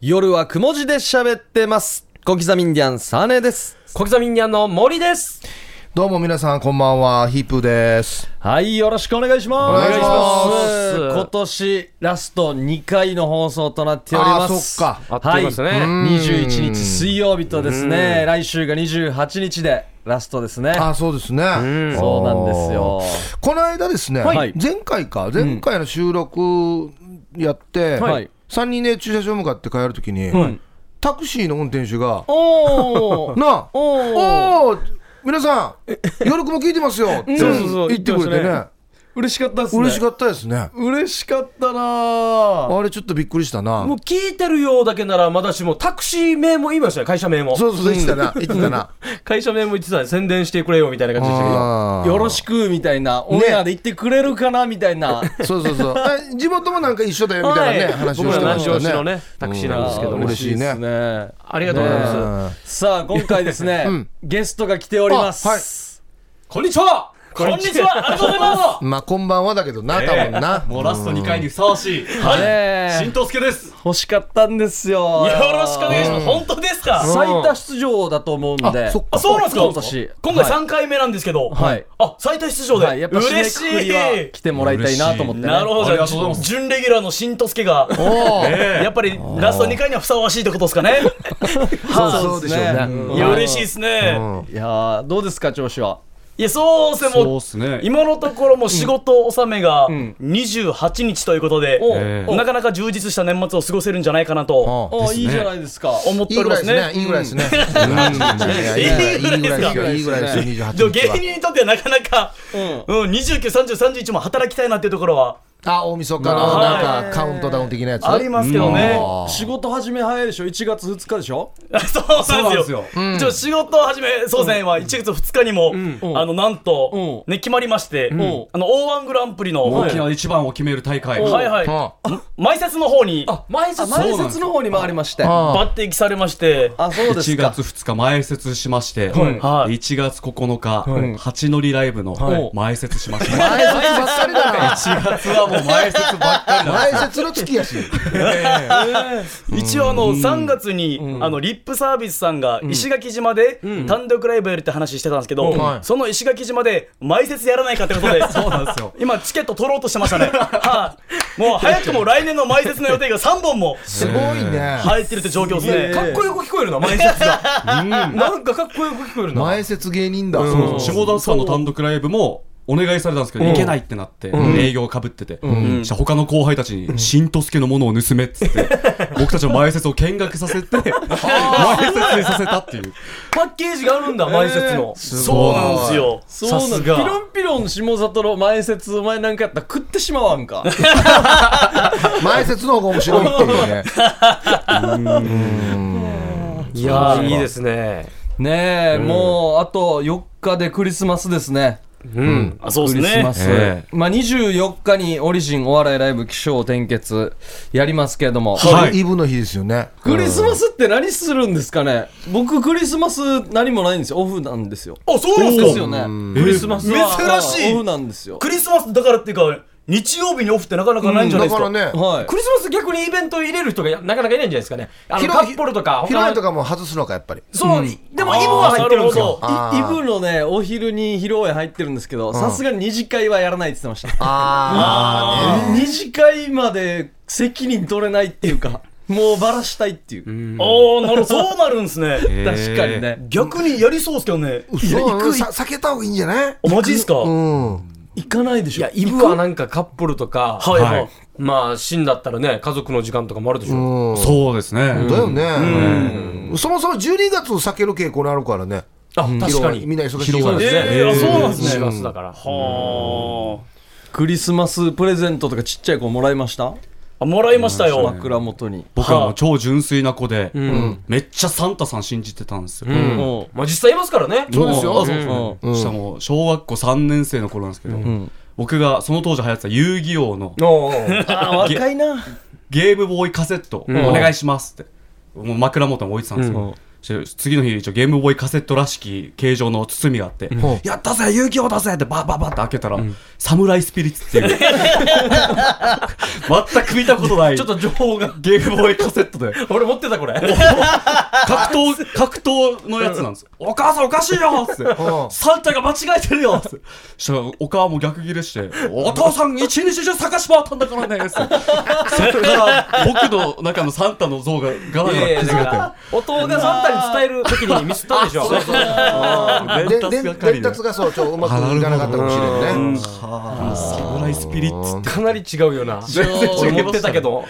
夜はくも字で喋ってます。小刻みインディアン、サネです。小刻みインディアンの森です。どうも皆さんこんばんはヒープーですはい、よろしくお願いします。お願いします今年ラスト2回の放送となっております。あーそかっあっという間ですねはいう21日水曜日とですね、来週が28日でラストですね。あそうですねそうなんですよ。この間ですね、はい前回か前回の収録やって、はい3人で駐車場向かって帰るときに、タクシーの運転手が お「なあおーおおー皆さん夜くも聞いてますよ」っ てそうそうそう言ってくれ言てねってま嬉しかったですね。嬉しかったですね嬉しかったなぁあれちょっとびっくりしたなもう聞いてるようだけならまだしもタクシー名も言いましたよ、会社名も。そうそうそう言ってたな言ってたな会社名も言ってたんで宣伝してくれよみたいな感じでしたけど。あーよろしくみたいな、オンエアで言ってくれるかなみたいな。そうそうそうえ地元もなんか一緒だよみたいなねはい話をしてま僕らし南城市たのねね、タクシーなんですけどうんも嬉。しいねですね。ありがとうございます。うんさあ今回ですね、んゲストが来ております、あはいこんにちはこんにちはありがとうございままあこんばんはだけどな、多分な。もうラスト2回にふさわしい。はねい。え新藤助です。よ欲しかったんですよろしくお願いします。本当ですか最多出場だと思うんであそっかあ、そうなん今です年か今回はい3回目なんですけど。はいあ、最多出場はい、で。やっぱ締め嬉くしくりはい来。てもらいたいなと思って、ね、なるほど。あじりゃがあとうございます準レギュラーの新藤助が。おーやっぱりラスト2回にはふさわしいってことです かね。そうそうでしょうねんうんいや、嬉しいですね。いやーどうですか調子はいや、そうですね。もうっすね今のところもう仕事納めが28日ということで、おなかなか充実した年末を過ごせるんじゃないかなとあ、いいじゃないですか思っていおいりぐまらすいですねね。。いいぐらいですね。いいぐらいですかいいぐらいですよ。いいぐらいですでよ。も芸28人日にとってはなかなか、うん29、30、31も働きたいなっていうところはは。あ、大晦日のはいなんかカウントダウン的なやつ。ありますけどね。あー仕事始め早いでしょ1月2日でしょそうなんですよ。一応仕事を始め、そうですね、まあ1月2日にも、あの、なんと、ね、決まりまして、あの、O1 グランプリの、はい沖縄一番を決める大会。はいはい、あ埋設の方にあ、前あ説前説の方に回りましてああ抜擢されまして、そうです1か月2日前説しまして、はい1月9日、八乗りライブの前説しま した。前説ばっかり だな。 1月はもう前説ばっかりだ。前説の月やし。一応あの、3月に、あの、リップサービスさんが石垣島で単独ライブやるって話してたんですけど、はいその石垣島で埋設やらないかってことで、そうなんですよ。今チケット取ろうとしてましたねはいもう早くも来年の埋設の予定が3本もすごいね。入ってるって状況ですねかっこよく聞こえるな、前説 が。なんかかっこよく聞こえるな。前説芸人だ。下田さんの単独ライブも、お願いされたんですけど、行けないってなって、営業かぶってて、そしたら他の後輩たちに、新都助のものを盗めっつって、僕たちの前説を見学させて、前説にさせたっていう。パッケージがあるんだ、前説の。そうなんですよそうなんさすピがロンピロン下里の前説お前なんかやったら食ってしまわんか前説の方が面白いっていうね。いやー、いいですね。ねえ、もうあと4日でクリスマスですねうん。あそうクでリすスマねス、えまあ、24日にオリジンお笑いライブ起承転結やりますけれども、はいイブの日ですよね。クリスマスって何するんですかね僕クリスマス何もないんですよオフなんですよあそうなんでですすよかねクリスマ珍しオいフなんですよクリスマスだからっていうか日曜日にオフってなかなかないんじゃなだいでかすらかね、はいクリスマス逆にイベント入れる人がなかなかいないんじゃないですかね。あの、広カいップルとか、ヒロインとか。かも外すのか、やっぱり。そう、でもイブは入ってるんですよ。あイーブのねお昼に披露宴入ってるんですけどさすがに二次会はやらないって言ってましたああ。二次会まで責任取れないっていうかもうバラしたいっていう、ああなるほどそうなるんで すね確かにね逆にやりそうですけどねそう、さ避けた方がいいんじゃないあマジっすかはいうん。行かないでいしょや、イブはなんかカップルとか、ははいいまあ、死んだったらね、家族の時間とかもあるでしょ。そうですね。だよね。そもそも12月を避ける傾向にあるからね。あ、確か広いに。みんな忙しい広かがらるね。えーあそうなんですね4月だから。はクリスマスプレゼントとかちっちゃい子もらいましたああもらいましたよ枕元に、僕はもう超純粋な子で、めっちゃサンタさん信じてたんですよ。うんまあ、実際いますからね。そうですよ。うんそしたらもう小学校3年生の頃なんですけど、僕がその当時流行ってた遊戯王のおあ若いな ゲームボーイカセットお願いしますって、もう枕元に置いてたんですよ。そして次の日一応ゲームボーイカセットらしき形状の包みがあって「やったぜ勇気を出せ!」ってバーバーバーって開けたら「サムライスピリッツ」っていう全く見たことないちょっと情報が。ゲームボーイカセットで俺持ってたこれ。格闘、格闘のやつなんですよ。お母さんおかしいよっつって。サンタが間違えてるよっつって。そしたら、お母も逆ギレして、お父さん一日中探し回ったんだからねっつって。そっから、僕の中のサンタの像がガラガラ崩れて。音がサンタに伝える時にミスったでしょで達伝係伝達がそうちょっとうまくいかなかったかもしれんねサムライスピリッツって。かなり違うよな俺持ってたけど。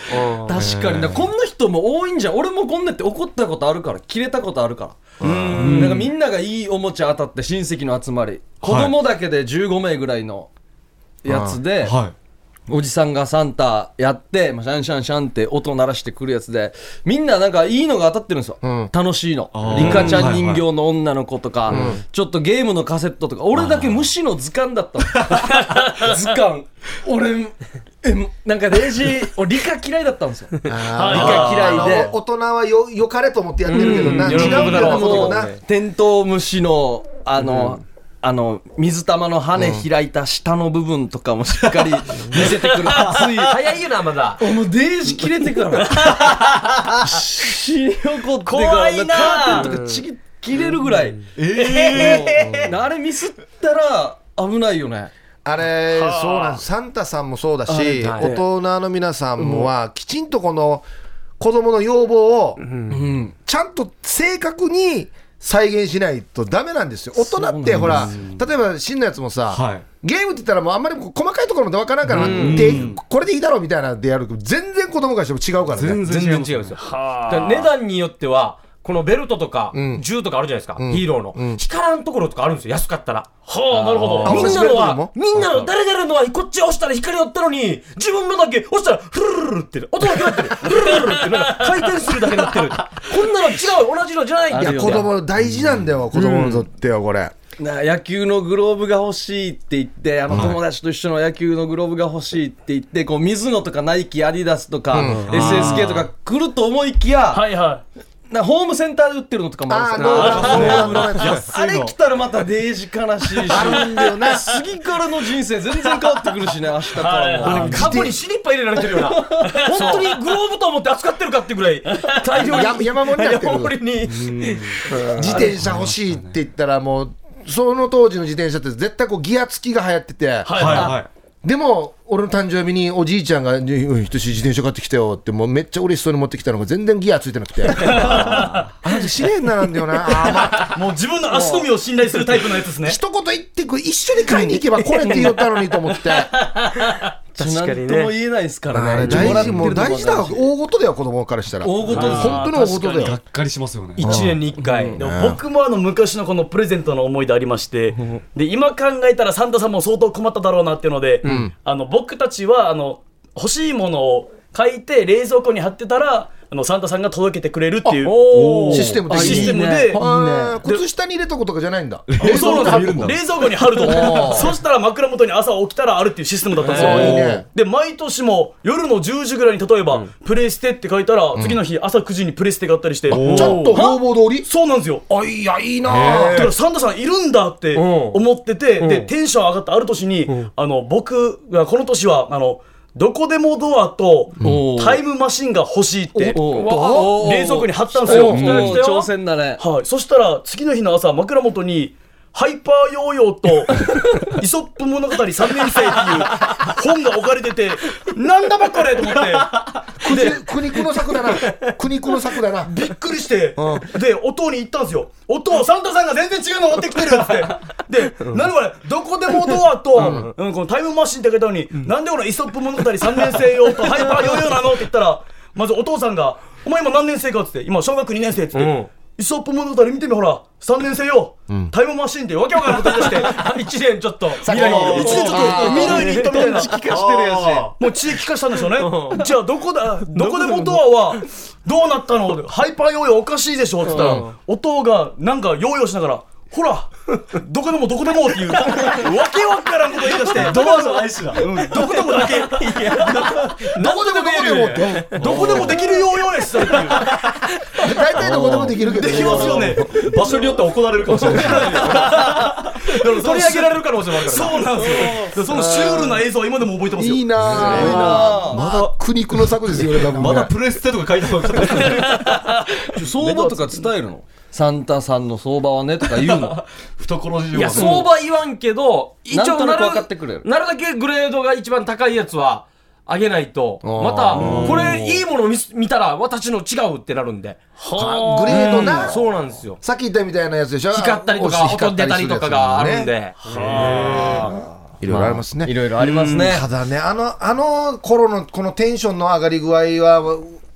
確かにな、こんな人も多いんじゃん。俺もこんなって怒ったことあるから、切れたことあるから。なんかみんながいいおもちゃ当たって親戚の集まり、子供だけで15名ぐらいのやつで、はおじさんがサンタやって、まあ、シャンシャンシャンって音鳴らしてくるやつで、みんななんかいいのが当たってるんですよ。ん楽しいのあ。ーリカちゃん人形の女の子とか、ちょっとゲームのカセットとか、俺だけ無視の図鑑だったの。図鑑。俺、え、なんかデイジー、俺理科嫌いだったんですよ。理科嫌いでお。大人はよよかれと思ってやってるけどな違喜ぶだろううからなももうなうテントウムシのあの、あの水玉の羽開いた下の部分とかもしっかり見せてくる熱い早いよなまだおもうデージ切れてから死に怒ってから怖いなカーテンとかちぎ切れるぐらい、うんあれミスったら危ないよねあれそうなんですサンタさんもそうだしはい大人の皆さんもはきちんとこの子供の要望をうんちゃんと正確に再現しないとダメなんですよ大人ってほら例えば真のやつもさ、はいゲームって言ったらもうあんまり細かいところまでわからんからでこれでいいだろうみたいなのでやるけど全然子供からしても違うからい。ね全全然然違う違うんでんすでよすだから値段によってはこのベルトとかん銃とかあるじゃないですか、ヒーローの、光らんところとかあるんですよ安かったらはあ、なるほあど。みんなのはあみんなの誰々のはこっち押したら光だったのに自分のだけ押したらフルルルルって音だけなってるフルルルルってなんか回転するだけなってるこんなの違う同じのじゃないあいやるよ子供大事なんだよ、子供にとってはこれ、な野球のグローブが欲しいって言ってあの友達と一緒の野球のグローブが欲しいって言ってこう水野とかナイキアディダスとか、SSK とか来ると思いきや、はいはなホームセンターで売ってるのとかもああるんーですよどうだろうどうだろうあれ来たらまたデージ悲しいしあるんだよな次からの人生全然変わってくるしね明日からもカップに死にいっぱい入れられてるよな本当にグローブと思って扱ってるかっていうぐらい大量にや山盛りになってる山盛りに自転車欲しいって言ったらもうその当時の自転車って絶対こうギア付きが流行ってて、はいはでも俺の誕生日におじいちゃんが「ねうんひとし自転車買ってきたよ」ってもうめっちゃ嬉しそうに持ってきたのが全然ギアついてなくてあの人試練なんだよなあーまあい。もう自分の足のみを信頼するタイプのやつですね。一言言ってこれ一緒に買いに行けばこれって言ったのにと思ってあ確かにね何とも言えないですからねれ大事もう大事だわ大事だよ子供からしたら大事です本当に大事だい。がよっかりしますよね。 1年に1回、でも僕もあの昔のこのプレゼントの思い出ありまして、で今考えたらサンタさんも相当困っただろうなっていうので、あの僕たちはあの欲しいものを書いて冷蔵庫に貼ってたらあのサンタさんが届けてくれるっていうおーシステム的システにムいいでね。あー靴下に入れとことかじゃないんだ冷蔵そう庫なでん見でるすんだよ。。冷蔵庫に貼ると。そしたら枕元に朝起きたらあるっていうシステムだったんですよ。へーいいねで、毎年も夜の10時ぐらいに例えば、プレステって書いたら、次の日朝9時にプレステがあったりして、ちょっと要望通りそうなんですよ。あいやいいなだからサンタさんいるんだって思ってて、で、テンション上がったある年に、あの、僕がこの年は、あの、どこでもドアとタイムマシンが欲しいって、冷蔵庫に貼ったんですよ。お来たよ来たよ挑戦だねはい、そしたら次の日の朝枕元にハイパーヨーヨーとイソップ物語3年生っていう本が置かれててなんだばこれと思ってで苦肉の策だな苦肉の策だなびっくりして、で音に行ったんですよ音サンタさんが全然違うの持ってきてるっつってで、なんでこれどこでもドアと、うんこのタイムマシンって書いたのに、なんでこのイソップ物語3年生用 とハイパーヨーヨーなのって言ったらまずお父さんが「お前今何年生か?」っつって「今小学2年生」っつって。イソップ物語見てみほら3年生よ、タイムマシンってわけわからんこと言い出して1年ちょっと未来に1年ちょっと未来に行ったみたいな聞かしてるやしもう地域化したんでしょうね。じゃあ、どこだ、どこでもドアは、どうなったのハイパーヨーヨーおかしいでしょって言ったら、音が、なんか、ヨーヨーしながら、ほら、どこでもどこでもっていう、わけわからんこと言い出して、ドアの愛しだ。うんどこでもだけ。どこでもできるよ。どこでもできるヨーヨーやしさっていう。大体どこでもできるけどできますよね場所によっては怒られるかも しれない取り上げられる可能性もあるからそうなんですよそのシュールな映像は今でも覚えてますよいいなあまだ苦肉の策ですよね多分ねまだプレステとか書いてなかったですね相場とか伝えるのサンタさんの相場はねとか言うの懐事情いや、が相場言わんけど、一なん応とななるく分かってくれるなるだけグレードが一番高いやつは、上げないと、また、これいいものを見す見たら、私の違うってなるんで。あグレードなうんそうなんですよ。さっき言ったみたいなやつでしょ光ったりと押か、して光音った出たりりするやとつかもねがあるんで。いろいろありますねいろいろありますねただね、あの、あの頃のこのテンションの上がり具合は、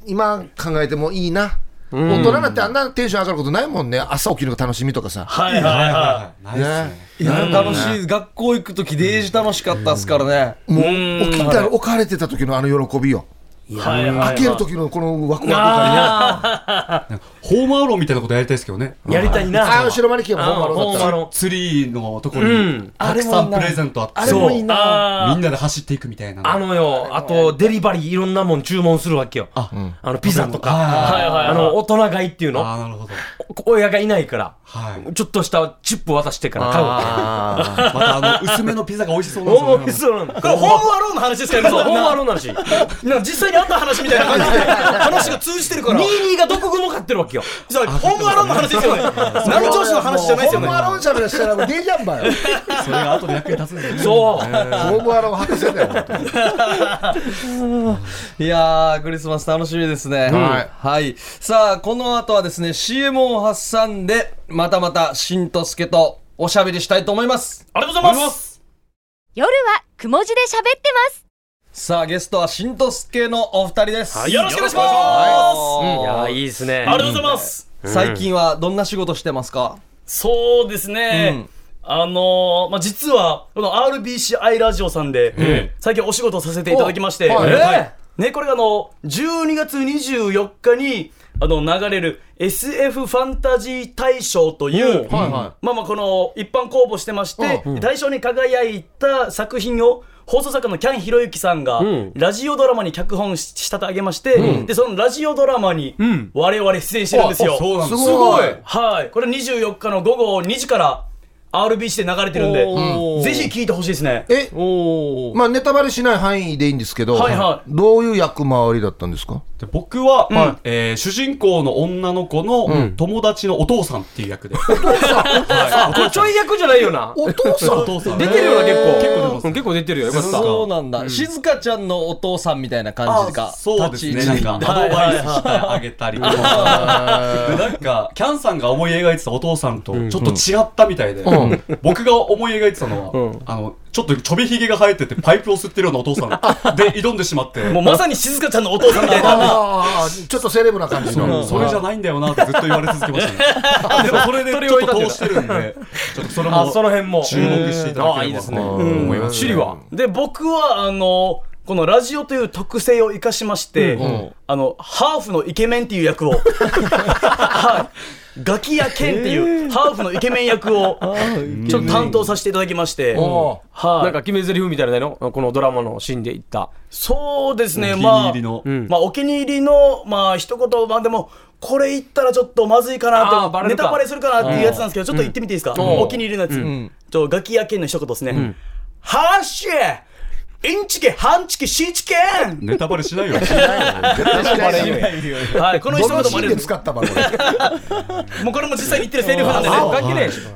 今考えてもいいな。大人になってあんなテンション上がることないもんね。朝起きるのが楽しみとかさ。はいはいはないですねいね、や楽しい学校行く時デージ楽しかったっすからねもう起きたら置かれてた時のあの喜びよ。いはいはい開ける時のこのワクワ ホームアローンみたいなことやりたいですけどねやりたいク感。ああ、な。後ろまで来よ、もうあ丸ほんまかっの。ツリーのとこうろにんたくさんプレゼントあってた。あれもいいな。みあんなで走っていくみたいなあのよ、あと、デリバリーいろんなもん注文するわけよ。あの、ピザとか、はいはいはいあの、大人買いっていうのあーなるほど親がいないから、はいちょっとしたチップ渡してから買うわけ。またあの薄めのピザが美味しそうおなんおです よそうなんだこれホームアローンの話ですからねそう、ほんまの話。なんか実際にあった話みたいな感じで話が通じてるから22が毒蜘蛛飼ってるわけよ。じゃあホームアローンの話ですよね南城市の話じゃないですよねホームアローンしゃべらしたらもうデージャンバーよ。それが後で役に立つんだよねそう。ホームアローン博士だよ本当に。いやークリスマス楽しみですね、はいはい、さあこの後はですね CM を挟んでまたまたしんとすけとおしゃべりしたいと思いますありがとうございます夜はくも字で喋ってます。さあゲストはしんとすけのお二人です、よろしくお願いしまいすやはー、いいですね。ありがとうございますい最近はどんな仕事してますか、そうですね、あのーまあ、実はこの RBCI ラジオさんで最近お仕事をさせていただきまして、おはいはいね、これがあの12月24日にあの流れる SF ファンタジー大賞という、まあまあこの一般公募してまして、大賞に輝いた作品を放送作家のキャン・ヒロユキさんが、ラジオドラマに脚本し仕立て上げまして、でそのラジオドラマに我々出演してるんですよ。そうなんですすごいはい、これ24日の午後2時から RBC で流れてるんで、ぜひ聞いてほしいですね。え、まあネタバレしない範囲でいいんですけどはいは、どういう役回りだったんですかで僕は、えー主人公の女の子の友達のお父さんっていう役で、あ、これちょい役じゃないよな。お父さおん父さん出てるよな、結構。結構出てますうん結構出てるよ。よかった。そうなんだ、静香ちゃんのお父さんみたいな感じかそうですね。な立んち位か置、 アドバイスしてあげたりとか。でなんか、キャンさんが思い描いてたお父さんと、ちょっと違ったみたいで、僕が思い描いてたのは、あの、ちょっとちょびひげが生えてて、パイプを吸ってるようなお父さんで挑んでしまって、もうまさに静香ちゃんのお父さんみたいな。あーちょっとセレブな感じの。それじゃないんだよなってずっと言われ続けましたね。でもそれでちょっと通してるんで、ちょっとそれあ、もその辺も。注目していただあ、けいいればですね。とうん思います。シリはで、僕は、あの、このラジオという特性を生かしまして、あの、ハーフのイケメンっていう役を、はい。ガキやケンっていう、ハーフのイケメン役を、ちょっと担当させていただきまして、はい。なんか決め台詞みたいなのこのドラマのシーンで言った。そうですね、お気に入りのまあまあ、お気に入りの、まあ、一言、まあ、でも、これ言ったらちょっとまずいかなあーっバて、レるネかタバレするかなっていうやつなんですけど、ちょっと言ってみていいですか、お気に入りのやつ。ちょ、ガキやけんの一言ですね。はっしーインチキ、ハンチキ、シーチケンネタバレしないよ。はい、この一どのシ言もーあンれでです。使った番これ もうこれも実際に言ってるセリフなんでね。関係ねえしこ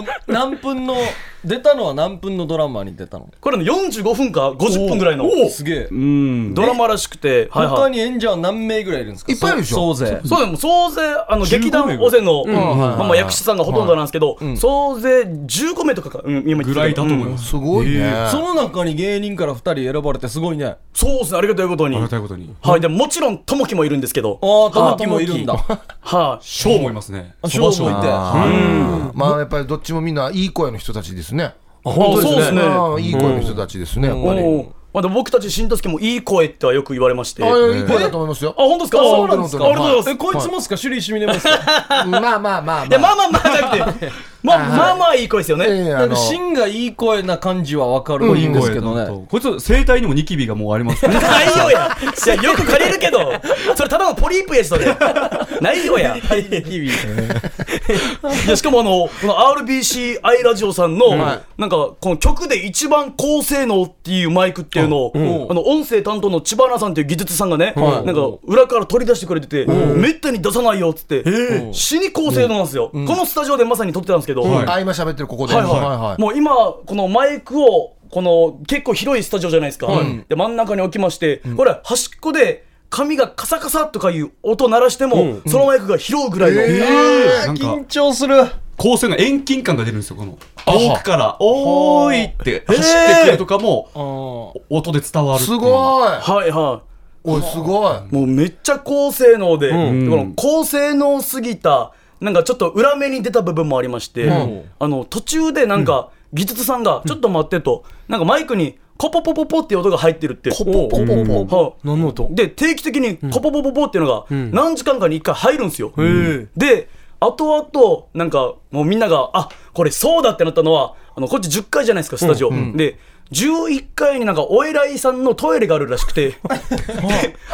う何分の出たのは何分のドラマに出たのこれね、45分か50分ぐらいのすげえうん。ドラマらしくて、はいはい他に演者は何名ぐらいいるんですかいっぱいいるでしょそ総勢そうでも総勢、あの15劇団名尾瀬の、まあはいまあ役者さんがほとんどなんですけど、総勢15名とかか、うん、今言ってたけどぐらいだと思います。すごいね。その中に芸人から2人選ばれてすごいねそうですね、ありがたいことに。ありはがたいことに。い、でももちろん、ともきもいるんですけど、ああ玉木もいるんだはい、ショーもいますね。あ翔もいてあーまあやっぱりどっちもみんないい声の人たちですね。本当ですねうんいい声の人たちですね、やっぱり。おーまあ、でも僕たち、しんとすけもいい声ってはよく言われまして、ああ、いい声だと思いますよ。本当ですか、ああそそううななんでんですすかか、ありがとうござえいま す。こいつもっすか首里しみれますかまあまあまあまあ。いや、まあまあまあ、じゃなくて、まあ、まあまあいい声ですよね。ええなあんかの芯がいい声な感じはわかるんですけどね。こいつ生体にもニキビがもうありますね内容や。いや、よく借りるけど、それただのポリープやし、それ。内容や。いやしかもあの、この RBC アイラジオさんの、なんか、この曲で一番高性能っていうマイクっていうのを、あの、音声担当の千葉なさんっていう技術さんがね、なんか、裏から取り出してくれてて、めったに出さないよっつって、死に高性能なんですよ。このスタジオでまさに撮ってたんですけど、うんあ今喋ってるここで。はいはいもう今このマイクをこの結構広いスタジオじゃないですか、で真ん中に置きまして、ほら端っこで紙がカサカサとかいう音鳴らしても、そのマイクが拾うぐらいの、なんか緊張する。構成の遠近感が出るんですよこの遠くから「おーい!」って走ってくるとかも音で伝わるってすいうごい。はいはいおい、すごい。もうめっちゃ高性能で、でこの高性能すぎた、なんかちょっと裏目に出た部分もありまして、あの途中でなんか、技術さんが、ちょっと待ってと、なんかマイクに、コポポポポっていう音が入ってるって。コポポポポ。はい何の音で、定期的にコポポポポっていうのが、何時間かに一回入るんですよ。で、後々、なんか、もうみんなが、あ、これそうだってなったのは、あの、こっち10階じゃないですか、スタジオ。で、11階になんかお偉いさんのトイレがあるらしくて、で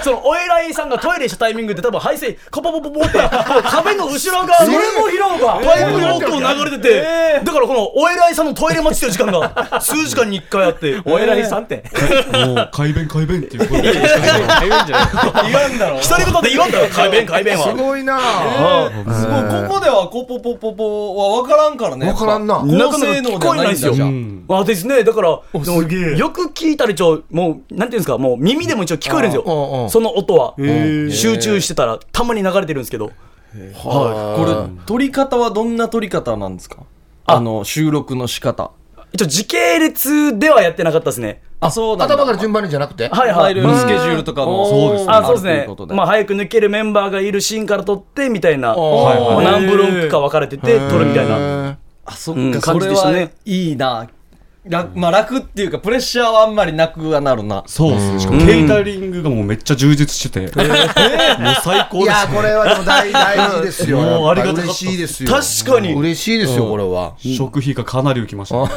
そのお偉いさんがトイレしたタイミングで多分排水、コポポポポって、もう壁の後ろ側に、れも拾うがパイプの音が流れてて、だからこのお偉いさんのトイレ待ちっていう時間が、数時間に1回あって、お偉いさんって。もう改弁改弁っていう声で 一人言で言わんだろ、改弁改弁はす。ごいな。すごい、ここではコポポポポは分からんからね。わからんな。やっぱ高性能じゃないんだ聞こえないですよじゃああですね、だから、でもすげえよく聞いたら一応、もう、なんていうんですか、もう耳でも一応聞こえるんですあああよ、あその音は。集中してたら、たまに流れてるんですけど。これ、撮り方はどんな撮り方なんですかあの、収録の仕方。一応、時系列ではやってなかったですね。あ、そうなんだ。頭から順番にじゃなくて。はいは、はいい。ろいろスケジュールとかも。そうですねあそうであるとすいねうことでまあ、早く抜けるメンバーがいるシーンから撮ってみたいな、はいはいまあ何ブロックか分かれてて撮るみたいな。な。あ、そっうんか、そ感じれでしたねはいいな。楽まあ楽っていうか、プレッシャーはあんまりなくはなるな。そうですねしかもケータリングがもうめっちゃ充実しててもう最高いでやすーこれはでも大大事ですよ。もうありがたかった嬉しいですよ。確かに嬉しいですよこれは。食費がかなり浮きましたね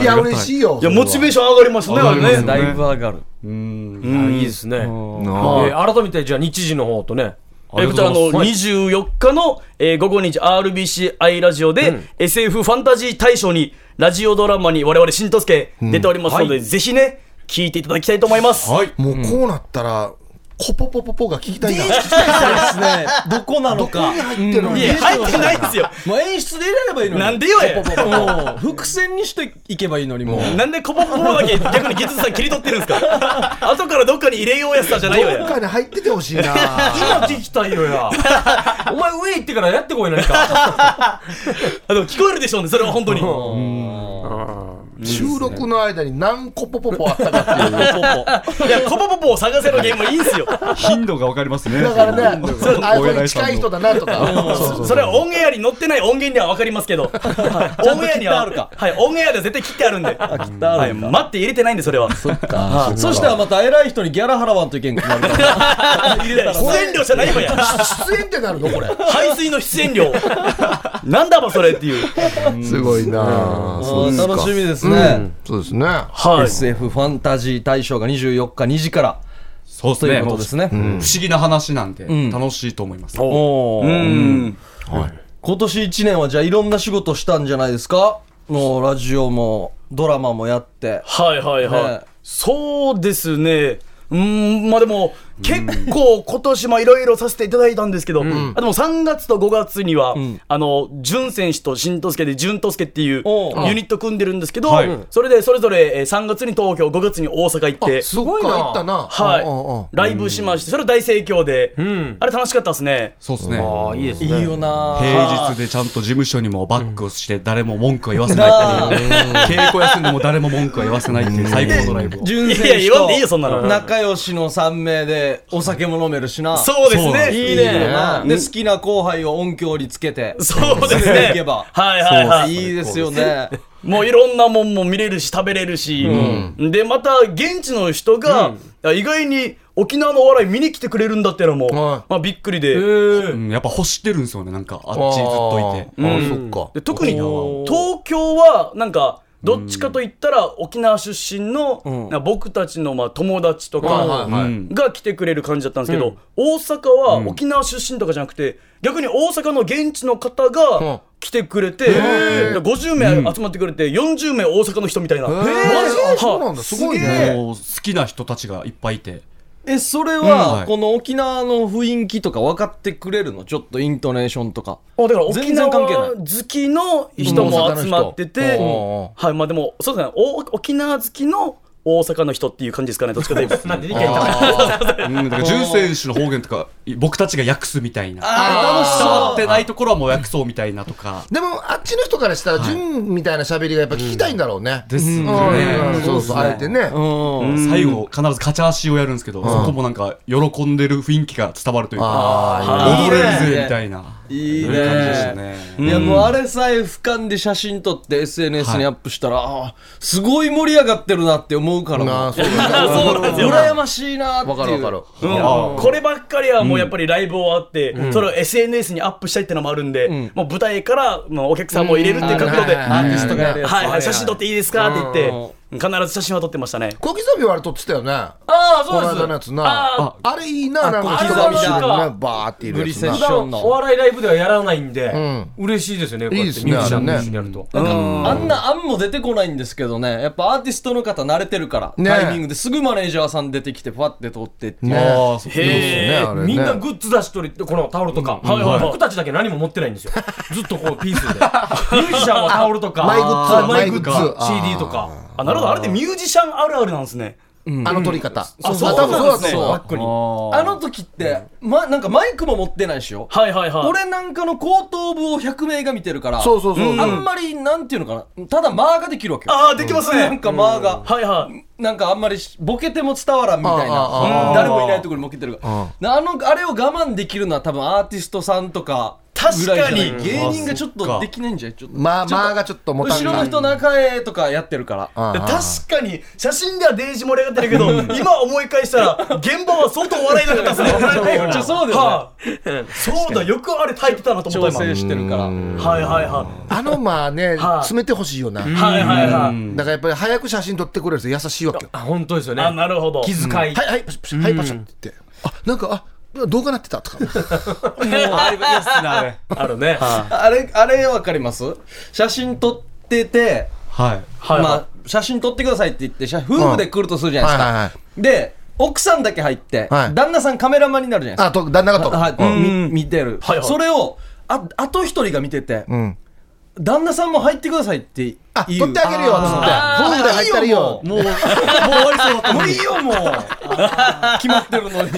いや嬉しいよ。いや、モチベーシション上がりますね、あれね。だいぶ上がる。うんうんいいですね。えョー改めて、じゃあ日時の方とね。あえりーがことちうごらのざいます24日の、えー午後2時 RBCI ラジオで、SF ファンタジー大賞にラジオドラマに我々新藤助出ておりますので、ぜひね聞いていただきたいと思います、はいン。もうこうなったらコポポポポが聞きたいな。ですね。どこなのか。入ってるのいにや入ってないですよもう演出で入れればいいのに。なんでよやもう伏線にしていけばいいのに、もう。なんでコポコポだけ逆に技術さん切り取ってるんですか後からどっかに入れようやつさじゃないよ今や回に入ってて ほしいな。今聞きたいよや。お前上行ってからやってこいないか。あでも聞こえるでしょうねそれは本当に収録の間に何コポポポあったかっていう。いやコポポポを探せのゲームいいんすよ頻度がわかりますねだからね、それあこれ近い人だなとか。そうそうそれはオンエアに載ってない音源では分かりますけど、オンエアには、はい、オンエアでは絶対切ってあるんで、はい、待って入れてないんで、それは。そっか。そしたらまた偉い人にギャラ払わんといけんくなるから。入れたら出演料じゃないわや。出演ってなるのこれ。排水の出演料。 なんだばそれっていう。すごいな。そうですか楽しみですね。そうですね。はい。 SF ファンタジー大賞が24日2時からそうですといねうこもとうです不ね。思議な話なんでん楽しいと思いますおうーん。今年1年はじゃあいろんな仕事したんじゃないですかもうラジオもドラマもやって。はいはいはい。ねそうですね。うーんまあでも結構今年もいろいろさせていただいたんですけど、あでも3月と5月には、んあの潤選手と新とすけで潤とすけっていうユおうニット組んでるんですけど、はいそれでそれぞれえー3月に東京5月に大阪行ってすごいな。行ったな。うんうんうんはいライブしましてそれ大盛況で、あれ楽しかったですねそうですねあいいですいいよな平日でちゃんと事務所にもバックをして誰も文句は言わせないっていう稽古休んでも誰も文句は言わせないっていう最高のライブを純いやい正や言わんでいいよそんなの仲良しの3名でお酒も飲めるしな。そうですそうなんですねいいね。で、好きな後輩を音響につけて。そうで連れすてね行けばはいはいはいいいですよね。もういろんなもんも見れるし食べれるし、でまた現地の人が、意外に沖縄のお笑い見に来てくれるんだってのも、はいまあ、びっくりで、うんやっぱ欲してるんですよねなんかあっちずっといてあーうんそっかで特におー東京はなんかどっちかと言ったら沖縄出身のなんか僕たちのまあ友達とはいはかいはいうんが来てくれる感じだったんですけど、大阪は沖縄出身とかじゃなくて逆に大阪の現地の方うんが来てくれて、だから50名集まってくれて40名大阪の人みたいな。へーマジそうなんだすごいねもう好きな人たちがいっぱいいてえそれうんははいこの沖縄の雰囲気とか分かってくれるのちょっとイントネーションとかあだから沖全然縄関係ない好きの人も集まってて、うんうんはいまあでもそうですねお沖縄好きの大阪の人っていう感じですかねどっちかというとなんで理解いただうんだから純選手の方言とかい僕たちが訳すみたいなあ伝わってないところはもう訳そうみたいなとかでもあっちの人からしたら純みたいな喋りがやっぱ聞きたいんだろうねですうねんうんそうそうあえてねうん最後必ずカチャーシーをやるんですけどそこもなんか喜んでる雰囲気が伝わるというかあ踊れるぜみたいないいそういう感じでしたねねいやもうあれさえ俯瞰で写真撮って SNS にアップしたら、ああすごい盛り上がってるなって思うからなあもそう だね羨ましいなっていうわかるわかるうんこればっかりはもうやっぱりライブ終わって、それを SNS にアップしたいってのもあるんで、もう舞台からもうお客さんも入れるっていう角度で、うんはいーティストがやるやつはいはい、写真撮っていいですかって言って、必ず写真は撮ってましたね。小刻みはあれ撮ってたよねああ、この間のやつなああれいいななんか小刻刻みみ後だろにねバーっているやつブリセッなションおの笑いライブではやらないんで、ん嬉しいですよねこうやいいっでてすミねュージシャンとあれね一緒にやると、なんかあんな案も出てこないんですけどねやっぱアーティストの方慣れてるから、ねタイミングですぐマネージャーさん出てきてパッて撮ってっていう、ねああそういいですねあれねみんなグッズ出しとりこのタオルとか、はいはいはい僕たちだけ何も持ってないんですよ ずっとこうピース でミュージシャンはタオルとかマイグッズあーマイグッズマイグッズ CD とかあ、なるほど、あれってミュージシャンあるあるなんですね。あの撮り方あ、まそあう多分そうなだんですとね。思うバックに。はあの時って、ま、なんかマイクも持ってないでしょいはいはい。俺なんかの後頭部を100名が見てるからそうそうそうあんまりなんていうのかなただ間ができるわけよああ、できますなんね。か間が、はいはい。なんかあんまりボケても伝わらんみたいああああなああ誰もいないところにボケてるからあなあのあれを我慢できるのは多分アーティストさんとかぐらいじゃない確かに芸人がちょっあそっとかできないんじゃないちょっとまあまあがちょっともたん後ろの人中へとかやってるからあであ確かに写真ではデージ盛り上がってるけど今思い返したら現場は相当笑いなかったですねちょそうだよねはいそうだよくあれ耐えてたなと思調った今整してるからはいはいはいあのまあねはい詰めてほしいよなだはいはいはいからやっぱり早く写真撮ってくれる人優しいわけよあ本当ですよねあなるほど気遣い、はいはいパシャパシャはいパシャって言ってあなんかあ動画なってたとか あるねあれあれわかります写真撮っててはいはいまあ写真撮ってくださいって言って写夫婦で来るとするじゃないですか、はいはいはいで奥さんだけ入って、はい旦那さんカメラマンになるじゃないあと旦那がですとかかはみ見てる、はいはいそれをああと一人が見てて、うん旦那さんも入ってくださいって言うあ取ってあげるよっつって夫婦で入ったりよもうもういいよもう 決まってるのに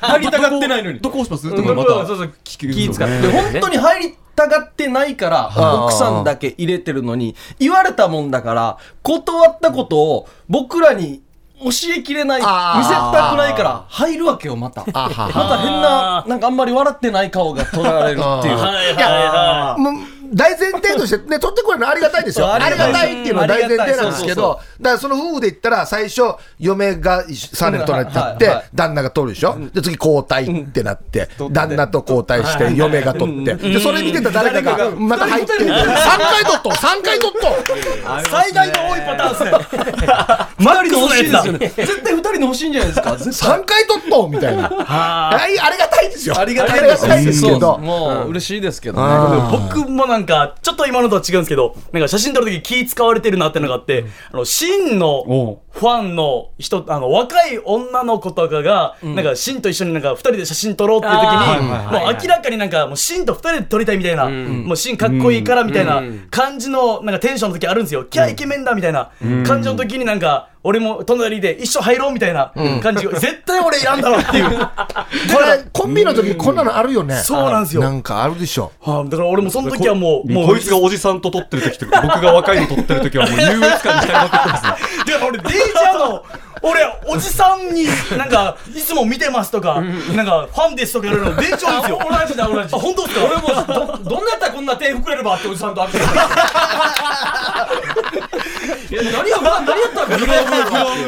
入りたがってないのにどこ押しますうんとかまたそうそう聞気く遣ってで本当に入りたがってないからあ奥さんだけ入れてるのに言われたもんだから断ったことを僕らに教えきれない見せあーたくないから入るわけよまたまあはた変ななんかあんまり笑ってない顔が取られるっていうあはいはもう大前提として ね取ってくれるのありがたいですよそうあありりががたたいいっていうのは大前提なんですうけんありがどだからその夫婦で言ったら最初嫁が3年取られてっうんはいてはい旦那が取るでしょで次交代ってなってうん旦那と交代して嫁が取ってでそれ見てた誰かが誰かがまた入って3回取っと3回取っと い最大の多いパターンですねマ二リ人の欲コのしいでやつすだよね絶対二人の欲しいんじゃないですか絶対3回取っとみ たいなはいありがたいですよありがたいですありがたいですけそうどもう嬉しいですけどねあ僕もなんかちょっと今のとは違うんですけどなんか写真撮る時気使われてるなってのがあってあの真のおうファンの人、あの、若い女の子とかが、なんか、シンと一緒になんか、二人で写真撮ろうっていう時あに、ーはいはいはいもう明らかになんか、もうシンと二人で撮りたいみたいな、もうシンかっこいいからみたいな感じの、なんかテンションの時あるんですよ。キャーイケメンだみたいな感じの時になんか、俺も隣で一緒入ろうみたいな感じ、絶対俺選んだろうっていう。これコンビの時にこんなのあるよねそうなんですよなんかあるでしょはあだから俺もその時はもう、ももうう、こいつがおじさんと撮ってる時とか僕が若いの撮ってる時はもう優越感に浸りまくってますねだから俺デイジャーの俺おじさんになんかいつも見てますとかなんかファンですとかやるのデイジャーですよ同じだ同じあ本当ですか俺も どどんなやったらこんな手膨れればっておじさんと会ってる何や、何やったんだ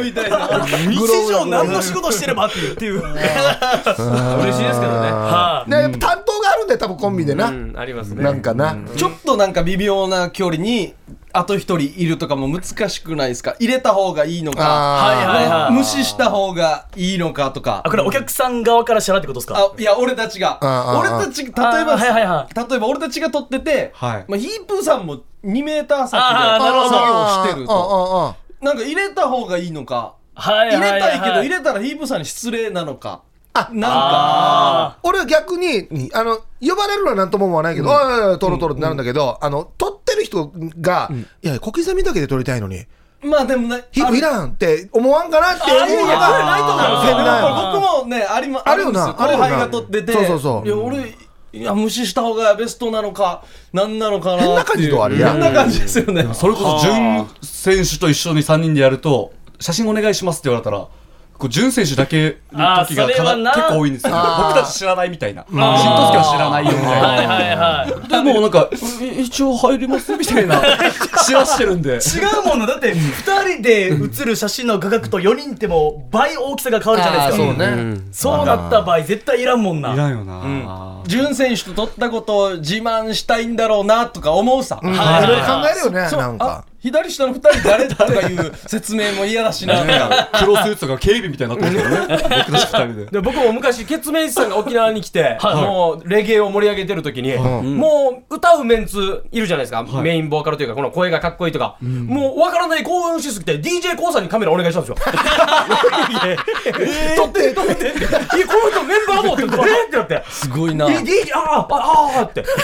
日常何の仕事してればっていうっていう嬉しいですけどね。はねやっぱ担当があるんだよ多分コンビでな、うん、ありますね。なんかな、ちょっとなんか微妙な距離にあと一人いるとかも難しくないですか入れた方がいいのかあーはいはい無視した方がいいのかとか あこれお客さん側からしたらってことですかあいや俺たちがあーあー俺たち例えばあーはいはいは例えば俺たちが撮ってて、はいまあ、ヒープーさんも2メーター先であーなるほど作業してるとあなんか入れた方がいいのかはい入れたいけど入れれたらヒープーさんに失礼なのかあなんかあ俺は逆にあの呼ばれるのは何とも思わないけど「ああ撮ろう撮ろう」ってなるんだけど、あの撮ってる人が「いや小刻みだけで撮りたいのにまあでもねヒッあプるいらん」って思わんかなって思うのがいやいやこれないと思うんですよ全然ない僕もねありまあるあるよなんですよ後あるよな輩が取っててそうそうそういや俺いや無視した方がベストなのか何なのかなっていう変な感じとはあるや変んな感じですよねそれこそ純選手と一緒に3人でやると写真お願いしますって言われたらこう純選手だけの時があーそれはかなな結構多いんですよあー僕たち知らないみたいな新藤家は知らないよみーたはいいなはいはいでもうなんかい一応入りますみたいな知らしてるんで違うものだって2人で写る写真の画角と4人ってもう倍大きさが変わるじゃないですかあーそうね、そうなった場合絶対いらんもんないらんよな、純選手と取ったことを自慢したいんだろうなとか思うさ、うんはいいろいろ考えるよねそうなんあか左下の二人誰とかいう説明も嫌だしなとか黒スーツとか警備みたいになってるけどね僕たち2人でで僕も昔、ケツメイシさんが沖縄に来 て、もうレゲエを盛り上げてる時に、もう歌うメンツいるじゃないですか、メインボーカルというか、この声がかっこいいとか、もうわからない興奮しすぎて、d j k o さんにカメラお願いしたん ですよ。撮って、撮って、いやこの人メンバーもって、えーってなって、すごいな DJ、あーあー、あー って、歌っ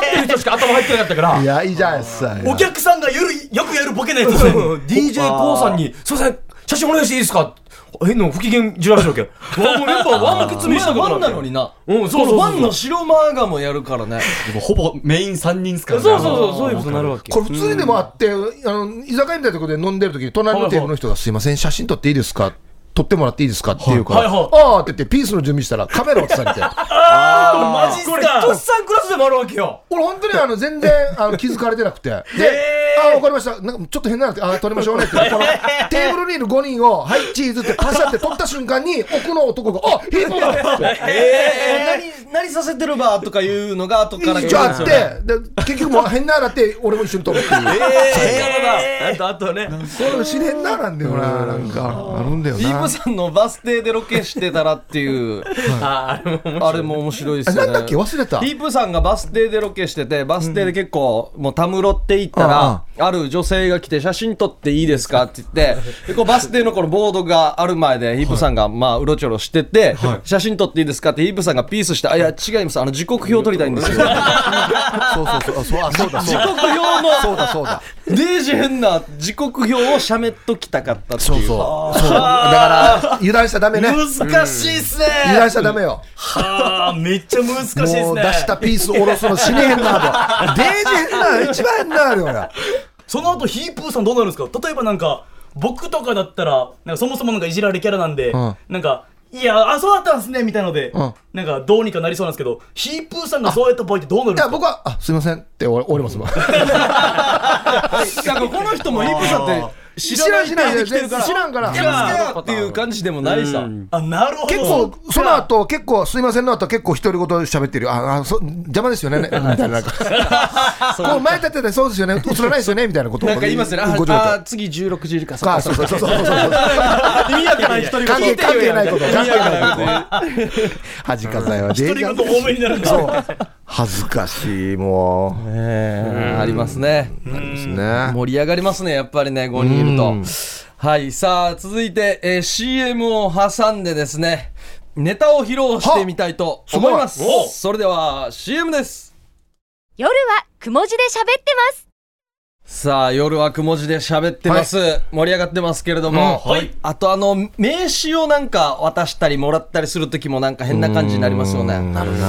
てる人しか頭入ってなかったからい、やいいじゃないっすかお客さんがよるよくやるボケないと d j k o さんに「すいません写真お願いしていいですか?」変な不機嫌じららしょうけどわもうメンバーワンのきつめしたフこァとンなってのになうんそうそうそうこのファンの白マーガもやるからねでもほぼメイン3人ですからそうねそうそうそういうことになるわけこれ普通にでもあって、あの居酒屋みたいなところで飲んでる時に隣のテーブルの人が「すいません写真撮っていいですか?」撮ってもらっていいですかって言うから、はいはいはいああって言ってピースの準備したらカメラ渡されてマジっすこれトシかさんクラスでもあるわけよ俺本当にあの全然あの気づかれてなくてで、ああ分かりましたなんかちょっと変なのあってああ撮りましょうねってこのテーブルにいる5人を「はいチーズ」ってパシャって撮った瞬間に奥の男が「あヒープだ!」ってえー、何何させてるばとかいうのが後から来るん一応あですっよねてで結局もう変なのあって俺も一緒に撮るっていう。ええあとあとねこれ自然ななんだよな、なんか、あるんだよディーなプ。さんのバス停でロケしてたらっていうあーあれもあれも面白いですあよねなんだっけ、忘れた。ディープさんがバス停でロケしててバス停で結構もうたむろって行ったら、ある女性が来て写真撮っていいですかって言ってでこうバス停のこのボードがある前でヒープさんがまあうろちょろしてて、写真撮っていいですかってヒープさんがピースして「あいや違いますあの時刻表撮りたいんですよ」そうそうそう、あそう、あ そうだ、そう時刻だ。表そのうだ、そうだ。デージ変な時刻表をしゃべっときたかったっていうそうそう。そうだから、油断しちゃダメね。難しいっすね油断しちゃダメよ。はあめっちゃ難しいっすねもう出したピース下ろすの死ねへん な、と。デージ変な、一番変なあるよな。その後ヒープーさんどうなるんですか例えばなんか僕とかだったらなんかそもそもなんかいじられキャラなんで、んなんかいやあそうだったんすねみたいので、んなんかどうにかなりそうなんですけどヒープーさんがそうやった場合ってどうなるんいでや、すか僕は、あ、すいませんって終わ終わりますもん。だからこの人もヒープさんって知らない 知らん、人知で来てらん、るから知らんから。やっていう感じでもないさ、あなるほど結構、その後、結構、すいませんの後、結構、独り言喋ってるよ。あ、あ、そ、邪魔です よね、みたいな。なんかこう、前立てて、そうですよね、映らないですよね、みたいなことを。なんか言いますよねごちょごちょああ次16時いるかあそうそうそうそうそうそう。意味わかんない一人関係関係ないこと。関係ないこと。ね恥かさいは一デ人ごと多めになるんだそう。恥ずかしいもう。えありますねですね。盛り上がりますねやっぱりね5人いるとはいさあ続いて、えー CM を挟んでですねネタを披露してみたいと思いますはすごいおそれでは CM です夜はくも字で喋ってます。さあ夜はくも字で喋ってます、盛り上がってますけれども、うんはいあとあの名刺をなんか渡したりもらったりする時もなんか変な感じになりますよねなるな。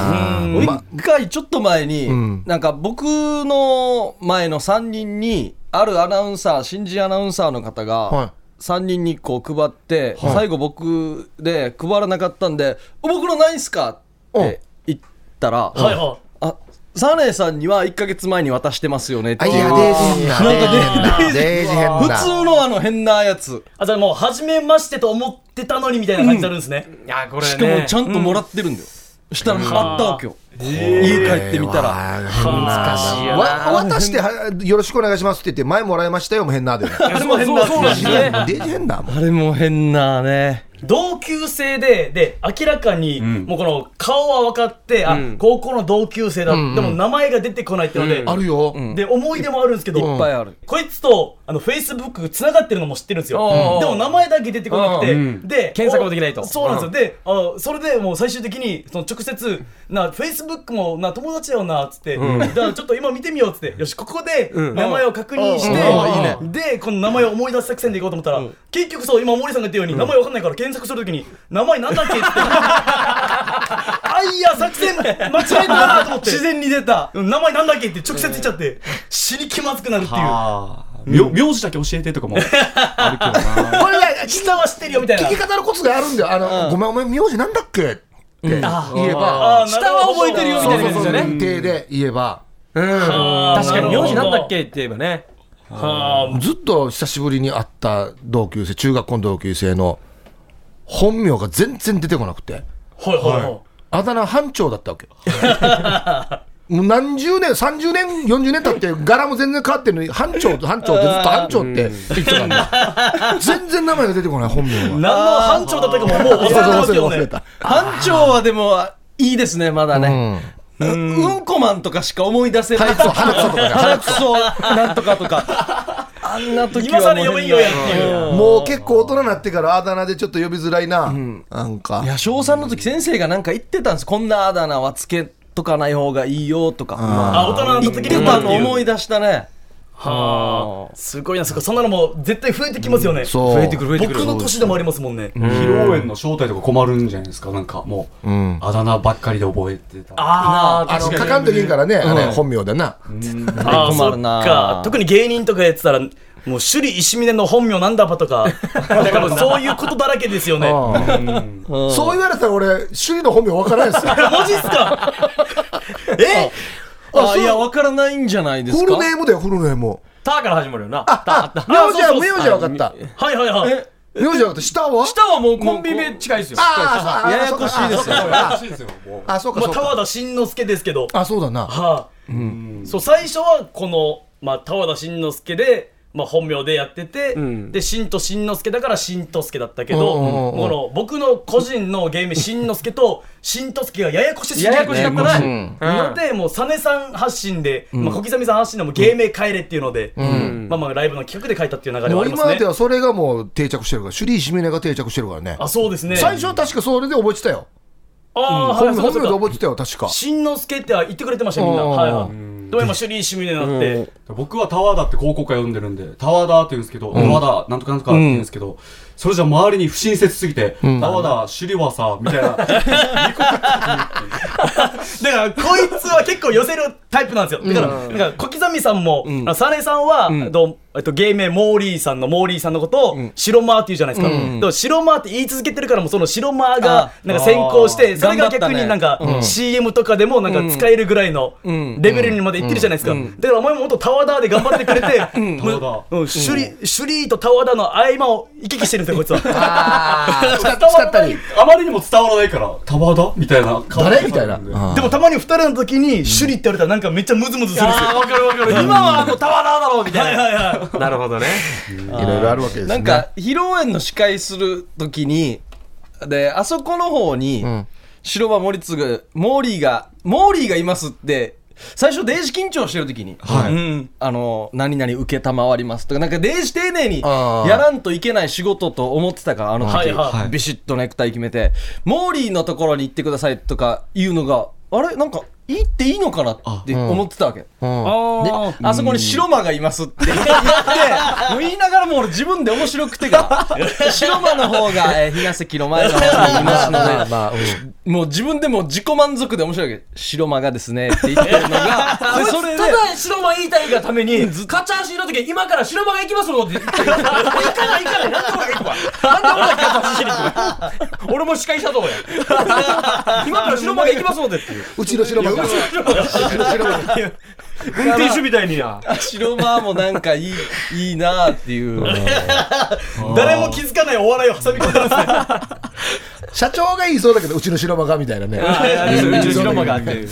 もう一回ちょっと前に、なんか僕の前の3人にあるアナウンサー新人アナウンサーの方はいが3人にこう配って、最後僕で配らなかったんで「僕のないんすか?」って言ったら「はいはあサネさんには1か月前に渡してますよねってあいういやデイジ変ななんかデイジ変普な通のあの変なやつあじゃあもう初めましてと思ってたのにみたいな感じになるんですね、いや、これね。しかもちゃんともらってるんだよ、したらあったわけよ、家帰ってみたらあー変な難しいよなわ渡してはよろしくお願いしますって言って前もらいましたよも変なであれも変なそうなんですよね。デイジ変なもんあれも変なね同級生でで明らかにもうこの顔は分かって、うんあ高校の同級生だ、でも名前が出てこないってので、あるよで思い出もあるんですけど、いっぱいある、こいつとあのフェイスブックつながってるのも知ってるんですよ、うんでも名前だけ出てこなくて、で検索もできないとおそうなんですよ、であそれでもう最終的にその直接なフェイスブックもな友達だよなっつって、だからちょっと今見てみようっつってよしここで名前を確認して、でこの名前を思い出す作戦でいこうと思ったら、結局そう今森さんが言ったように、名前わかんないから検索するときに名前なんだっけっつってあいや作戦間違えたなと思って自然に出たうん名前なんだっけって直接言っちゃって、死に気まずくなるっていう。ああ、名名字だけ教えてとかもあるけどな。これだ、下は知ってるよみたい聞なき。方のコツがあるんだよあのごめんお前名字なんだっけって言えばあーなるほ下どは覚えてるよみたいな感じですよね。手で言えば確かに、名字なんだっけって言えばね。ずっと久しぶりに会った同級生中学校の同級生の本名が全然出てこなくてはいはいはい。あだ名班長だったわ けもう何十年30年40年経って柄も全然変わってるのに班長と班長ってずっと班長って言ってたんだ全然名前が出てこない本名は何の班長だったかももう忘れてますよ忘れね。た班長はでもいいですねまだね、うん、うんこマンとかしか思い出せない鼻くそ鼻くそとかね鼻くそなんとかとか あんな時今はも更う呼べんよやっていう。もう結構大人になってからあだ名でちょっと呼びづらいな、なんかいや小3の時先生がなんか言ってたんですこんなあだ名はつけとかない方がいいよとかあ、大人の言っ時てにたの思い。い出したねはあ、すごいな、そこそんなのも絶対増えてきますよね。そう増えてくる増えてくる僕の年でもありますもんね。披露宴の招待とか困るんじゃないですか、なんかもう、あだ名ばっかりで覚えてた。あーあの書かんといいからね、あれ本名でな、あー、困そるっなか。特に芸人とかやってたら、もう首里石峰の本名なんだばとか、だからそういうことだらけですようね。んそう言われたら俺首里の本名わからないですよマジっすかえあいやわからないんじゃないですフルかネームだよフルネームターから始まるよな。あ名字は名字は分かったはいはいはい。名字は分かった下は下はもうコンビ名近いですよ。ああややこしいですよ らしいですよ、もう。あそうかまそあ、うか田和田慎之介ですけど、あそうだなはあそう最初はこの、まあ、田和田慎之介で、まあ、本名でやってて、で新と慎之介だから新と介だったけど、うんうんうんうんこの僕の個人の芸名慎之介と新と介がややこしすぎややこしかるったうね。ので、もうサネさん発信で、まあ、小刻みさん発信でもう芸名変えれっていうので、まあまあライブの企画で書いたっていう流れもはあうります今でね。はそれがもう定着してるから首里石峰が定着してるからねあそうですね。最初は確かそれで覚えてたよあ本名ー、は本いそ名うでかそうか覚えてたよ確か慎之介っては言ってくれてましたみんな。うんはいはい。でも今首里石峰になって。僕はタワーだって高校から呼んでるんで、タワーだって言うんですけど、タワーだ、なんとかなんとかって言うんですけど、それじゃ周りに不親切すぎて、タワーだ、シリワさ、みたい な。だからこいつは結構寄せるタイプなんですよだから,、だから小刻みさんも、あのサネさんは、えっとえっと、芸名モーリーさんのモーリーさんのことを、白マーって言うじゃないですか、でも白マーって言い続けてるからもうその白マーがなんか先行してそれが逆になんか、CM とかでもなんか使えるぐらいのレベルにまでいってるじゃないですか、だからお前ももっとタワダーで頑張ってくれて、うタん、ワうん、シュリ、シュリーとタワダーの合間を行き来してるんですよこいつは あー使っ使ったりあまりにも伝わらないから、タワーだみたいな顔誰みたいなあでもたまに二人の時にシュリって言われたらなんかめっちゃムズムズするんですよあー、わかるわかる。今はあのタワーだろうみたいはいはいな。なるほどね。ーいろいろあるわけですねなんか披露宴の司会する時にであそこの方に、白馬森次モーリーがモーリーがいますって最初デイジ緊張してる時に、はいうんあの何々受けたまわりますとかなんかデイジ丁寧にあーやらんといけない仕事と思ってたからあの時、はいはビシッとネクタイ決めてモーリーのところに行ってくださいとか言うのがあれなんかいいっていいのかなって思ってたわけ。であそこに白間がいますって言って、もう言いながらもう俺自分で面白くてが、白間の方が、えー、東関の前の方にい ますので、もう自分でも自己満足で面白いわけ白間がですねって言ってるの が、でそれでた、だ白間言いたいがために、カチャーシーの時、今から白間が行きますのって言って、行かない行かない、なんとか行くわ。俺も司会者とや。今から白馬が行きますのでっていう。うちの白馬が。運転手みたいにな。白間もなんかいい、いいなっていう。誰も気づかないお笑いを挟み込んだんですね社長が言いそうだけど、うちの白馬がみたいなね。うちの白馬があって。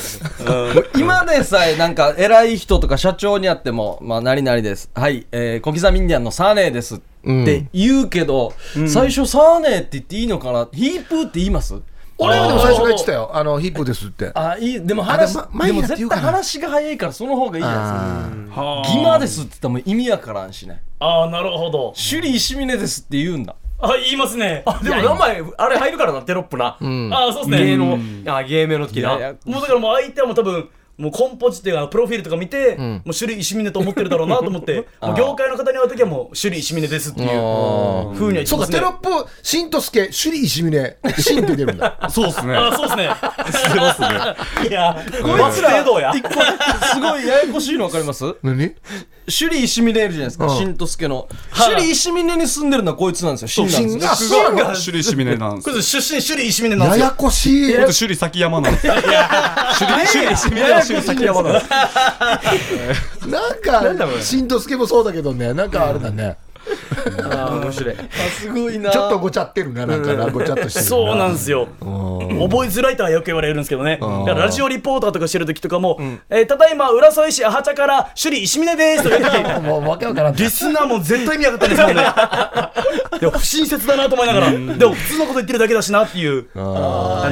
今でさえなんか偉い人とか社長に会っても、まあ何々です。はい、えー、小刻みインディアンのサーネーですって言うけど、最初サーネーって言っていいのかなヒープーって言います俺はでも最初から言ってたよ。あの、ヒップですって。あ、いい、でも話、あでもまでマもイナーって言絶うか対な話が早いからその方がいいじゃないですか。ギマですって言ったらもう意味わからんしね。ああなるほど首里石峰ですって言うんだ。あ言いますねあでも名前、あれ入るからな、テロップな。あそうですね芸能、あ、芸名の時いなや。もうだからもう相手はもう多分もうコンポジっていうかプロフィールとか見て、もう種類石峰と思ってるだろうなと思ってもう業界の方に会う時はもう種類石峰ですっていうふうには言ってそうまか、すねテロップ、しんとすけ、首里石峰、しんって出るんだ。そうですね。あそうですねしてますね。いやこいつらどうや一個すごいややこしいの分かります何首里石峰いるじゃないですか、うんしんとすけの。首里石峰に住んでるのはこいつなんですよ、しんなんしですんよ。が、そうなの種類シミネなんですこい。つ出身種類石峰なんでやすよやこしい。僕首里崎山なんです。首里首里シミネは首里崎山なんです。なんか、しんとすけもそうだけどね、なんかあれだね。面白い。すごいなちょっとごちゃってるな、なんかな、ごちゃっとしてる。。そうなんですすよ覚えづらいとはよく言われるんですけどねだからラジオリポーターとかしてる時とかも、えーただいま浦添市アハチャから首里石峰ですとか言う時 もう、わけわからん。リスナーも絶対見なかったです もんねでも不親切だなと思いながらでも普通のこと言ってるだけだしなっていう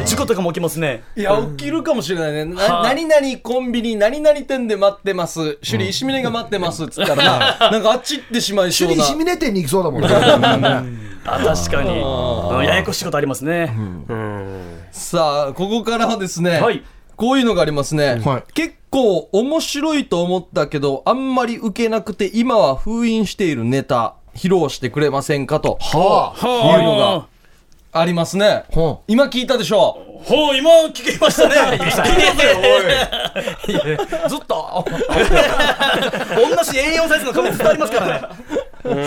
事故とかも起きますねいや、起きるかもしれないね。な何々コンビニ、何々店で待ってます。首里石峰が待ってます。っつったらな、なんかあっち行ってしまいそう首な。里石峰店に行きそうだもんね。あ確かにうんややこしいことありますねさあ、ここからはですね、はいこういうのがありますね。はい結構面白いと思ったけど、あんまり受けなくて、今は封印しているネタ、披露してくれませんかと、はあ。はいうのがありますね。ほ今聞いたでしょほう今聞きましたねびっくりですよう。ずっと。同じ A4 サイズの紙2つありますからね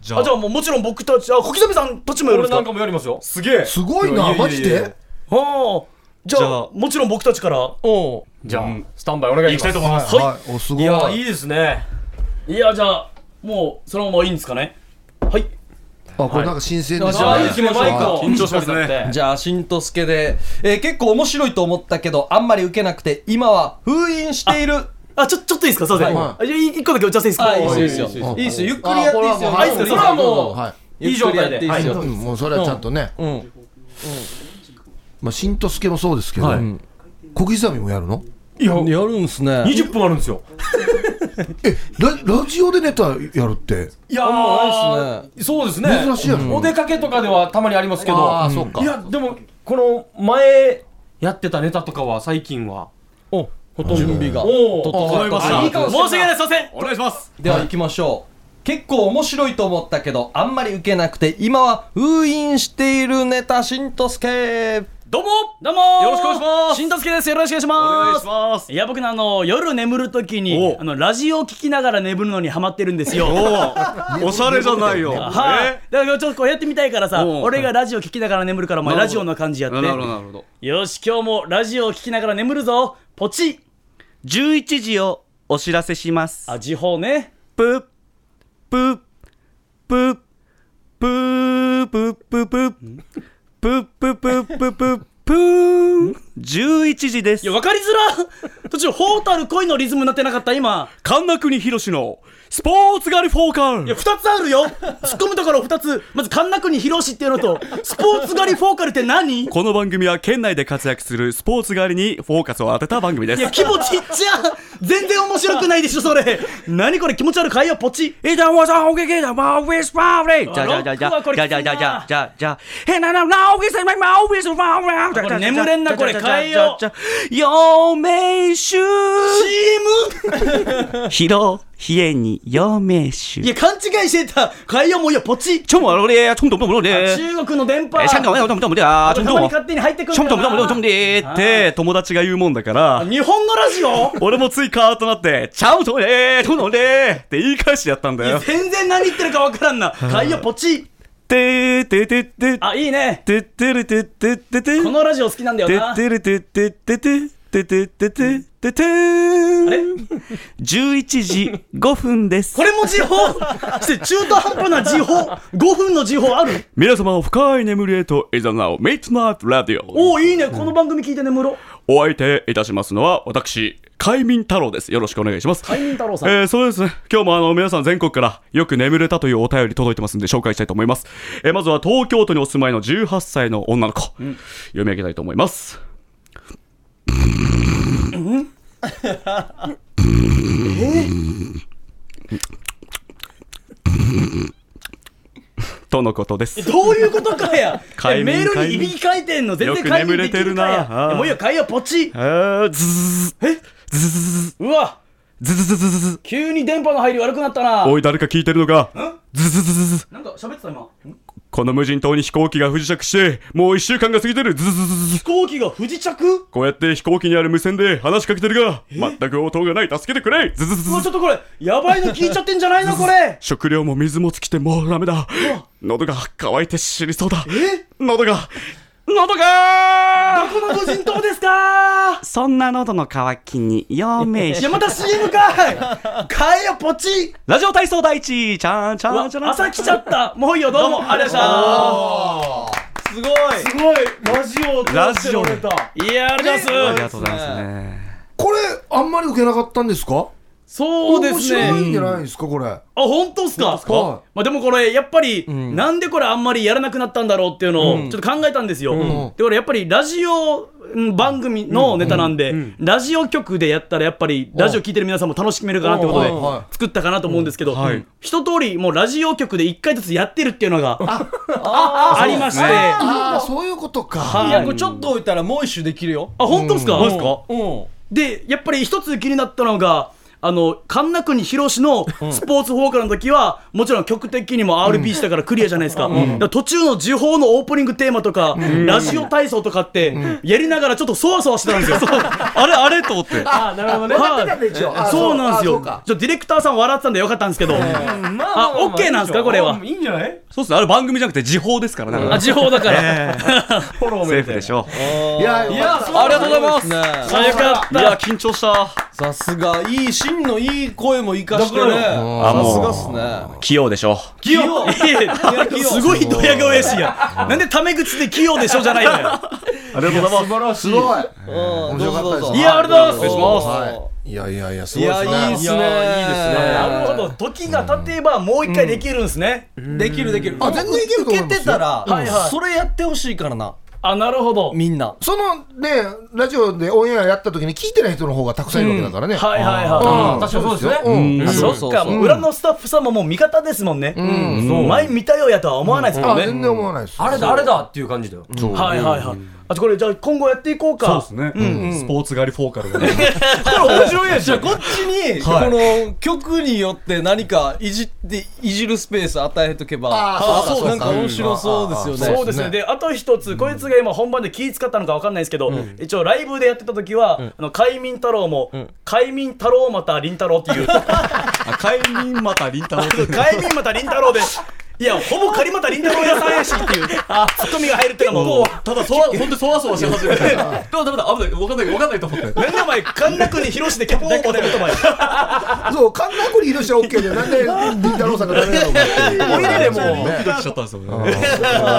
じあじゃあもうもちろん僕たちあ小刻みさんたちもやるん俺ですなかんかもやりますよ。すげえう。すごいな、マジで。はあじゃじゃああもちろん僕たちからおうじゃあ、スタンバイお願いします。はいはい。お、すごい。あいいですねいやじゃあもうそのままいいんですかねはいあ、これなんか新鮮ですじゃあねいいですねマイクを緊張しますねじゃあ、しんとすけで、えー結構面白いと思ったけど、あんまり受けなくて、今は封印している。あちょちょっといいですかすいませんはあじゃあい一個だけお茶していいですかあ、いいはでいすよ、いいですよ。いいですよ。ゆっくりあやっていこいれではすもよ。うはいゆっくりそれはもうどぞはい。ゆっくりやっていいですうよ。んもうそれはちゃんとね、うん。まあ、しんとすけもそうですけど、小刻みもやるのいや、やるんすね。 20分あるんですよ。えラ、ラジオでネタやるって、いやあんまーないっすそうですね。珍しいやろ、お出かけとかではたまにありますけど。ああ、そっかい、や、でも、この前やってたネタとかは最近は。お、ほとんど準備が。おお、整いましたあいいかも申ししれない訳ないすいませんお願いします。では行きましょう。結構面白いと思ったけど、あんまり受けなくて、今は封印しているネタ、しんとすけ。どうもどうもよろしくお願いしますしんとすけですよろしくお願いしますお願いしますいや僕のあの夜眠るときにおあのラジオを聞きながら眠るのにハマってるんですよおお、おしゃれじゃない よ。はい、だからちょっとこうやってみたいからさおう俺がラジオ聞きながら眠るからお前なるラほジどオの感じやえってなるほどなるほど。よし今日もラジオを聞きながら眠るぞポチ11時をお知らせします。あ時報ねぷーぷーぷーぷーぷーぷーぷーぷーぷーぷーぷーぷーぷー11時ですいや。分かりづら途中ホータル恋のリズムになってなかった今神田国広のスポーツ狩りフォーカいやル2つあるよ突っ込むところ2つまず神田国広しっていうのとスポーツ狩りフォーカルって何いこの番組は県内で活躍するスポーツ狩りにフォーカスを当てた番組ですや。気持ちいっちゃ全然面白くないでしょそれ何これ気持ち悪い会話ポチいたわさおげげだまウィスパーレじゃじゃじゃじゃじゃじゃじゃじゃじゃじゃへなななおげせままウィスパーレこれ眠れんなこれ変えよう陽明酒 CM 疲労冷えに陽明酒いや、勘違いしてた。海洋もいや、ポチ。ちょもろれちょんどもろれ中国の電波。え香港はどんどんどんだちょんたどまにも勝手に入ってくるちょんどもどんどんどんんでって友達が言うもんだから日本のラジオ俺もついカーッとなってちゃうとれとのれって言い返してやったんだよ全然何言ってるか分からんな。海洋ポチ。てーてーてーてーあ、いいね。てってるてってっててこのラジオ好きなんだよな。てってるてってっててててててててー11時5分ですこれも時報して中途半端な時報 !5 分の時報ある皆様深い眠りへといざなうミッドナイトラディオおお、いいね。この番組聞いて眠ろう。お相手いたしますのは私海民太郎ですよろしくお願いします海民太郎さん。えー、そうですね今日もあの皆さん全国からよく眠れたというお便り届いてますんで紹介したいと思います、えーまずは東京都にお住まいの18歳の女の子、読み上げたいと思いますとのことですどういうことかや。いや快眠メール快にい眠びきかいてんの全然よく快眠眠でれきてるるかなや。あーいやもういいよ、かいや、ポチ。あーズズズズズズズうわ、ズズズズズズ急に電波の入り悪くなったな。おい誰か聞いてるのかズズズズズなんか喋ってた今。この無人島に飛行機が不時着してもう一週間が過ぎてるズズズズズ飛行機が不時着こうやって飛行機にある無線で話しかけてるが、全く応答がない。助けてくれズズズうわ、ズちょっとこれ、やばいの聞いちゃってんじゃないのこれ。食料も水も尽きてもうダメだ。喉が渇いて死にそうだ。喉が、喉がこの無人島ですかそんな喉の渇きに、陽明 いや、また CM かい。かいや、ポチ。ラジオ体操第一ちゃんちうゃわんちゃん朝来ちゃった。もういいよ、どうも。ありがとうすごいございました。すごい。ラジオを通して乗れた。いやありがとうございまありすがとうございますね。これあんまり受けなかったんですかそうで面す白いねんじゃないですかこれあ、本当っすかはいまあでもこれ、やっぱり、なんでこれあんまりやらなくなったんだろうっていうのをちょっと考えたんですよ。で、俺やっぱりラジオうん番組のネタなんで、ラジオ局でやったらやっぱりラジオ聞いてる皆さんも楽しめるかなってことでうんはい作ったかなと思うんですけどはい、一通りもうラジオ局で一回ずつやってるっていうのがああありまして、あ、ああそういうことかいやこれちょっと置いたらもう一周できるよ本当っすかうんでやっぱり一つ気になったのがあの神田国広志のスポーツフォーカルの時は、もちろん曲的にも RP したからクリアじゃないですか,、途中の時報のオープニングテーマとか、ラジオ体操とかって、やりながらちょっとそわそわしてたんで すよ。あれあれと思って。あなるほどねはいそうなんですよ。ちょっとディレクターさん笑ってたんでよかったんですけど。あ、オッケーなんですかこれは。いいんじゃないそうっすね。あれ番組じゃなくて時報ですからね。あ、時報だから。セーフでしょう。いやいやありがとうございますあ、よかっいた。や、緊張した。さすがいい芯のいい声も生かしてねあさすがっすね器用でしょう。器用。いやすごいドヤ顔やし や。なんでタメ口で器用でしょじゃないのよ。ありがとうございます。すごい面面白かったですいやありがとうございますはいいやいやいやすいごいですやいいっねすねなるほど時が経てばもう一回できるんですね、できるできるあ全然いけると思いますよ受けてたらはいはいそれやってほしいからなあなるほどみんなそのねラジオでオンエアやった時に聞いてない人の方がたくさんいるわけだからねはいはいうんはい確かにそうですようんあそっかもう裏のスタッフさんももう味方ですもんね、そう前見たよやとは思わないですもあんね、全然思わないですあれだあれだっていう感じだよはいはいはいあとこれじゃあ今後やっていこうかそう ですね。スポーツ狩りフォーカルがね。 これ面白いやつじゃあこっちにこの曲によって何かいじっていじるスペース与えとけばあそうかなんか面白そうですよそねうですねであと一つこいつが今本番で気使ったのか分かんないですけど、一応ライブでやってた時は、あの海民太郎も、海民太郎また林太郎っていうあ、海民また凛太郎って。海民また林太郎でいやほぼ狩俣林太郎屋さんやしっていうツッコミが入るっていうのもただ、そわ、ほんとそわそわし始め て。ダメだ、ダメだ、危ない、わかんない、わかんないと思って。なんでお前神田区に広してキャポーン持ってるとお前そう神田区にいる人は OK でなんで凛太郎さんがダメなのかっていう俺らでもドキドキしちゃったんですよね。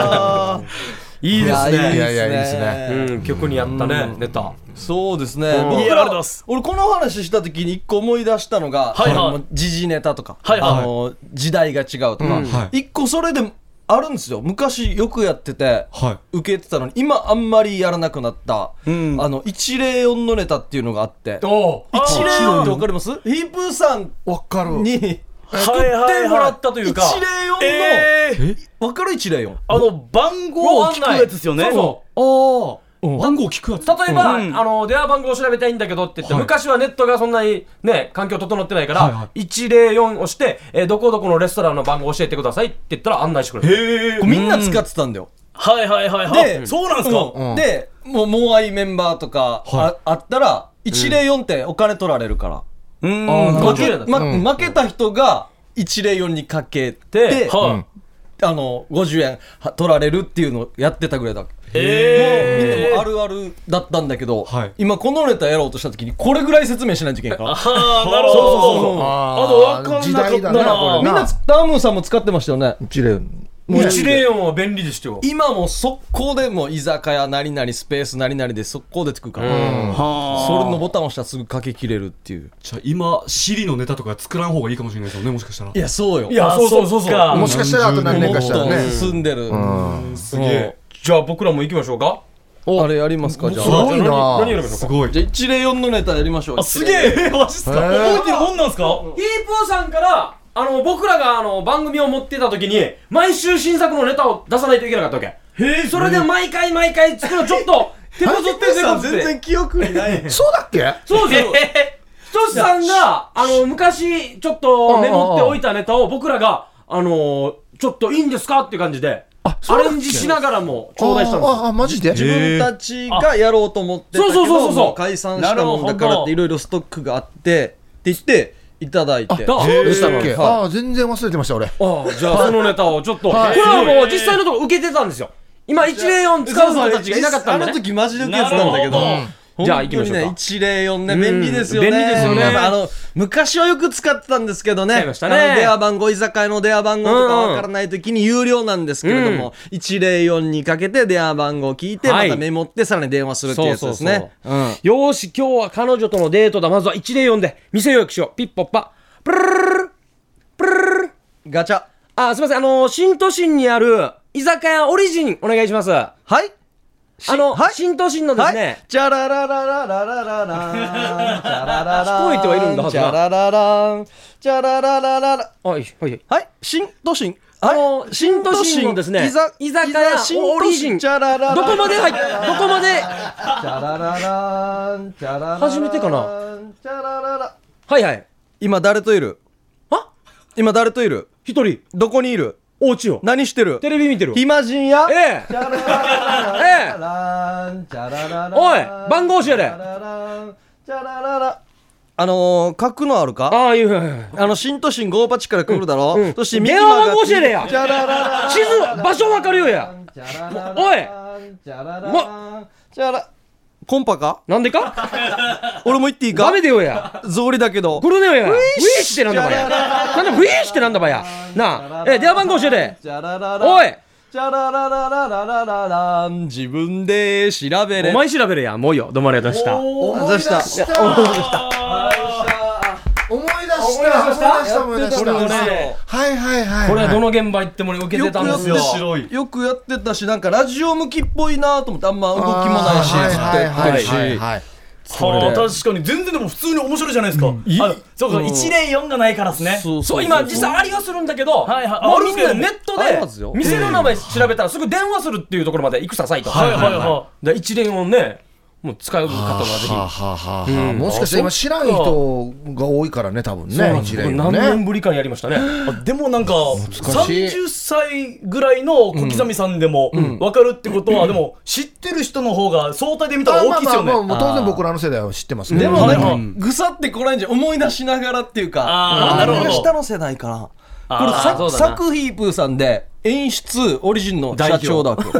いいですねいやいやいいですねうん曲にやったねネタそうですねんい僕やありがとうございらます俺この話した時に一個思い出したのがはいはいあの時事ネタとかはいはいあの時代が違うとかい一個それであるんですよ昔よくやっててはい。受けてたのに今あんまりやらなくなった、あの104のネタっていうのがあって104ってわかりますヒープーさんわかるに作ってはいはいはいもらったというか104 104の、えーわかる104あの番号を聞くやつですよねそうあ番号聞くやつ例えば、うんあの電話番号を調べたいんだけどって言って、はい昔はネットがそんなにね環境整ってないから、はいは104押して、えーどこどこのレストランの番号教えてくださいって言ったら案内してくれるへえこれみんな使ってたんだよ。はいはいはいはいあそうなんすかうんで、もう、モアイメンバーとかああったら、104ってお金取られるから。うん負けるんだってま負けた人が104にかけて、はあの50円は取られるっていうのをやってたぐらいだみんなえもあるあるだったんだけど、はい今このネタやろうとした時にこれぐらい説明しないといけんからーはあなるほどああとわかんなかったな時代だなこれみんなタームーさんも使ってましたよね一例104は便利でしたよ今もう速攻でもう居酒屋何々スペース何々で速攻でつくから、それのボタンを押したらすぐかけきれるっていうじゃあ今シリのネタとか作らん方がいいかもしれないですよねもしかしたらいやそうよいやそうそうそうそうもしかしたらあと何年かしたらね住んでる、すげえじゃあ僕らも行きましょうかあれやりますかじゃすあごいな何やりましょうすごいじゃあ104のネタやりましょうあすげえマジっすかへー覚えてるもんなんすかヒープーさんからあの僕らがあの番組を持ってた時に毎週新作のネタを出さないといけなかったわけへえそれで毎回毎回作るのちょっと手こずってる手こずって記憶にないそうだっけそうですよ。ひとしさんが、あの、昔、ちょっとメモっておいたネタを僕らが、あのー、ちょっといいんですかっていう感じで、アレンジしながらも頂戴したんですよああマジで 自分たちがやろうと思ってたけそうそうそうそどうそうもう解散したもんだからっていろいろストックがあってって言っていただいてだそうでしたっへけーああ全然忘れてました俺あじゃあそのネタをちょっと、これはいはもう実際のところ受けてたんですよ。今104使う人たちがいなかったんであのね。時マジで受けてたんだけどなるどじゃあ行きましょうか本当にね104ね便利ですよねうん便利ですよねやっぱあの昔はよく使ってたんですけどね使いましたねあの電話番号居酒屋の電話番号とかわからない時に有料なんですけれども、104にかけて電話番号を聞いて、はいまたメモってさらに電話するってやつですねそうよーし、今日は彼女とのデートだ。まずは104で、店予約しよう。ピッポッパ。プルルルルルプルルルルルガチャあ、すいません。あのー、新都心にある、居酒屋オリジンお願いします。あはいの、はい新都心のですはい、ね、チャララララララララーンチャラララーン聞こえてはいるんだはずチだャラララーンチャラララララはい、はい、はい。はい新都心あはいの、新都心のですね、居酒居酒屋オリジン。チどャラララこまで入っ、どこまで、チャラララーンチャラララーン初めてかなチャラララはいはい。今誰といるあ今誰といる一人、どこにいるお家を。何してるテレビ見てる。暇人やええ。チャララララええ。ラーンチャララララおい番号教えれチャラランチャラララあのー、書くのあるかああ、いう、はいはいはい。あの、新都心ゴーパチから来るだろ、うんそして、電話番号教えれやチャラララ地図、場所わかるよや。おいチャラララチャラコンパかなんでか俺も言っていいかダメでよや。草履だけどグルネよや。ウィーシってなんだばや。なんだ、ウィーシってなんだばや。なあ、ええ、電話番号教えて。チャラララおいチャララララララララン自分で調べれお前調べるやん。もういいよ。どうもありがとうございました。思い出した思い出した思い出した思い出した思い出したこれもねはいはいはいこれはどのの現場行っても受けてたんですよ面。白いよくやってたしなんかラジオ向きっぽいなと思ってあんま動きもないしずっとやってるしはあ確かに全然でも普通に面白いじゃないですかあそうか104がないからですねそうそう、今、実際ありはするんだけど、はいはいもあうるみんんですなよネットありますでよ、店の名前調べたらすぐ電話するっていうところまで行くさ、サイト。はいはいはで一連をね、もう使う方がぜはあひ。はあはあはあもしかして今知らん人が多いからね多分ね一例何の年ねぶりかにやりましたね。いでもなんかしい30歳ぐらいの小刻みさんでも分かるってことはでも知ってる人の方が相対で見たらあま大あきいですまあよねまあもう当然僕らの世代は知ってますけでどもねなんはかいぐさってこないんじゃん思い出しながらっていうかあーなるほど俺が下の世代かなこれあーそうさだなサクヒープーさんで演出オリジンの社長だわけよ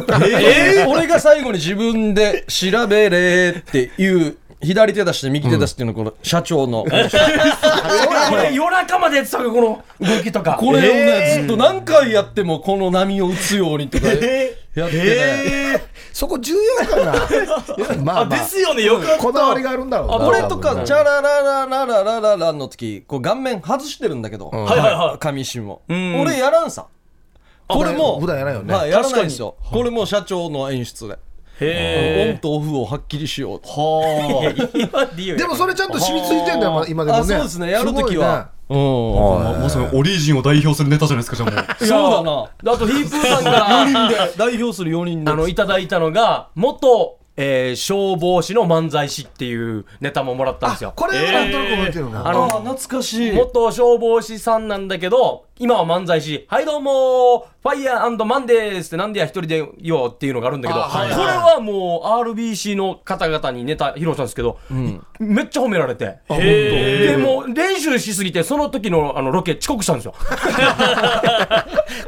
俺が最後に自分で調べれっていう左手出して右手出していうのこの社長の、これ夜中までやってたからこの動きとか。これをね、ずっと何回やってもこの波を打つようにとかやってね、そこ重要かなまああまであすよねよくこだわりがあるんだろうな俺と多分かねチャララララララララの時こう顔面外してるんだけど、はいはいはい上下も、俺やらんさこれも普段やらんよねまあやらないんですよこれも社長の演出でへオンとオフをはっきりしようとはでもそれちゃんと染みついてんだよまあ今でもねあそうですねやるときはあままさにオリジンを代表するネタじゃないですかじゃあもうそうだな あとヒープーさんから代表する4人であのいただいたのが元えー消防士の漫才師っていうネタももらったんですよ。これはなんとなく覚えてるな。あの懐かしい元消防士さんなんだけど、今は漫才師、はいどうもー、ファイヤーマンデーズってなんでや一人でよっていうのがあるんだけど、あはいはいこれはもう RBC の方々にネタ披露したんですけど、めっちゃ褒められて。で、もう練習しすぎて、その時のあのロケ遅刻したんですよ。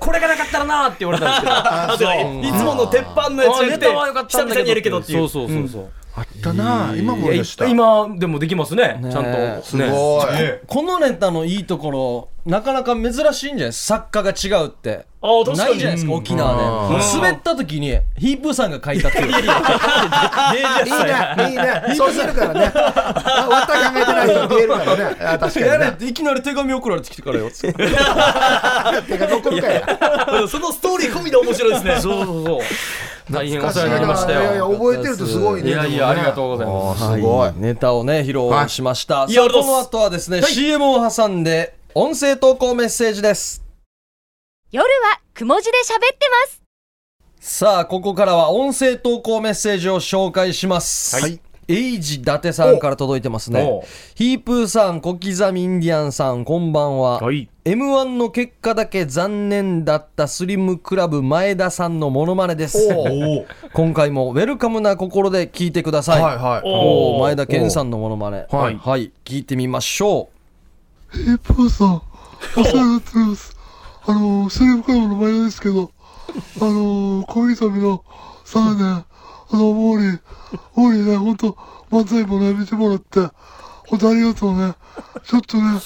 これがなかったらなーって言われたんですけど、 ああでもいつもの鉄板のやつーやネってタは良かったんだ久々にやるけけどどっっててい。いううそうそうそうそう。あったな、今もいでやした。今でもできますね、ちゃんと。ねえすごい。このネタのいいところなかなか珍しいんじゃない作家が違うってあ確なかにいじゃないですか沖縄で滑った時にヒープーさんが書いたっていういいね、いいね。そうするからね。あ、わた考えてない人見える からね。あ、確かやにれっね。ていきなり手紙送られてきてからよつって手が残るからや。そのストーリー込みで面白いですねそうそうそう。大変お世話になりましたいやいや、よ。覚えてるとすごいね。。いやいやありがとうございますすごい。ネタをね披露しました、いさあありがとうこございのます後はですね、CM を挟んで音声投稿メッセージです夜はくも字で喋ってます。さあここからは音声投稿メッセージを紹介しますはいエイジ伊達さんから届いてますねおヒープーさん小刻みインディアンさんこんばんは、い M1 の結果だけ残念だったスリムクラブ前田さんのモノマネですおお今回もウェルカムな心で聞いてください、はいはい。おー前田健さんのモノマネははいい、聞いてみましょ一方さん、お世話になっております。あの、セレブクラブの前田ですけど、あの、小木旅のさあね、あの、モーリー、モーリーね、ほんと、漫才もね、見てもらって、ほんとありがとうね。ちょっとね、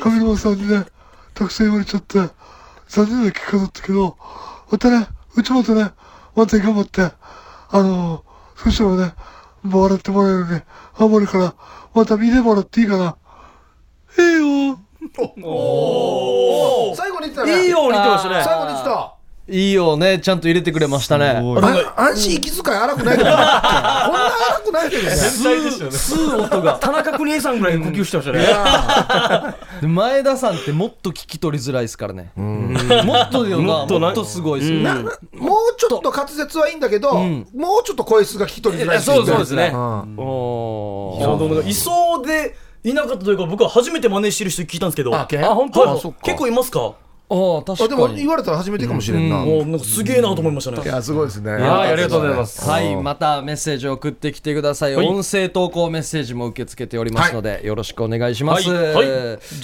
上沼さんにね、たくさん言われちゃって、残念な結果だったけど、またね、うちもとね、漫才頑張って、あの、少しはね、もう笑ってもらえるように頑張るから、また見てもらっていいかな。ええよ。最後に言ってたいね。いように言ってましたね。最後に言ってた。ういいよねちゃんと入れてくれましたねあ安心息遣い荒くない けど。こんな荒くないけどね。田中邦衛さんぐらい呼吸してましたね。で前田さんってもっと聞き取りづらいですからねもっとよなもっとすごいですよね、もうちょっと滑舌はいいんだけど、んもうちょっと声質が聞き取りづらいっていそうそうですね。うんおいやでもなんかいそうでいなかったというか僕は初めて真似してる人聞いたんですけどあ、けあ、本当あそっか結構いますかーあーあ確でかもに言われたら初めてかもしれんな。もいうなんかすげえなと思いましたねや、すごいですね。はい、ありがとうございます。はい、またメッセージを送ってきてください。音声投稿メッセージも受け付けておりますので、よろしくお願いします。じ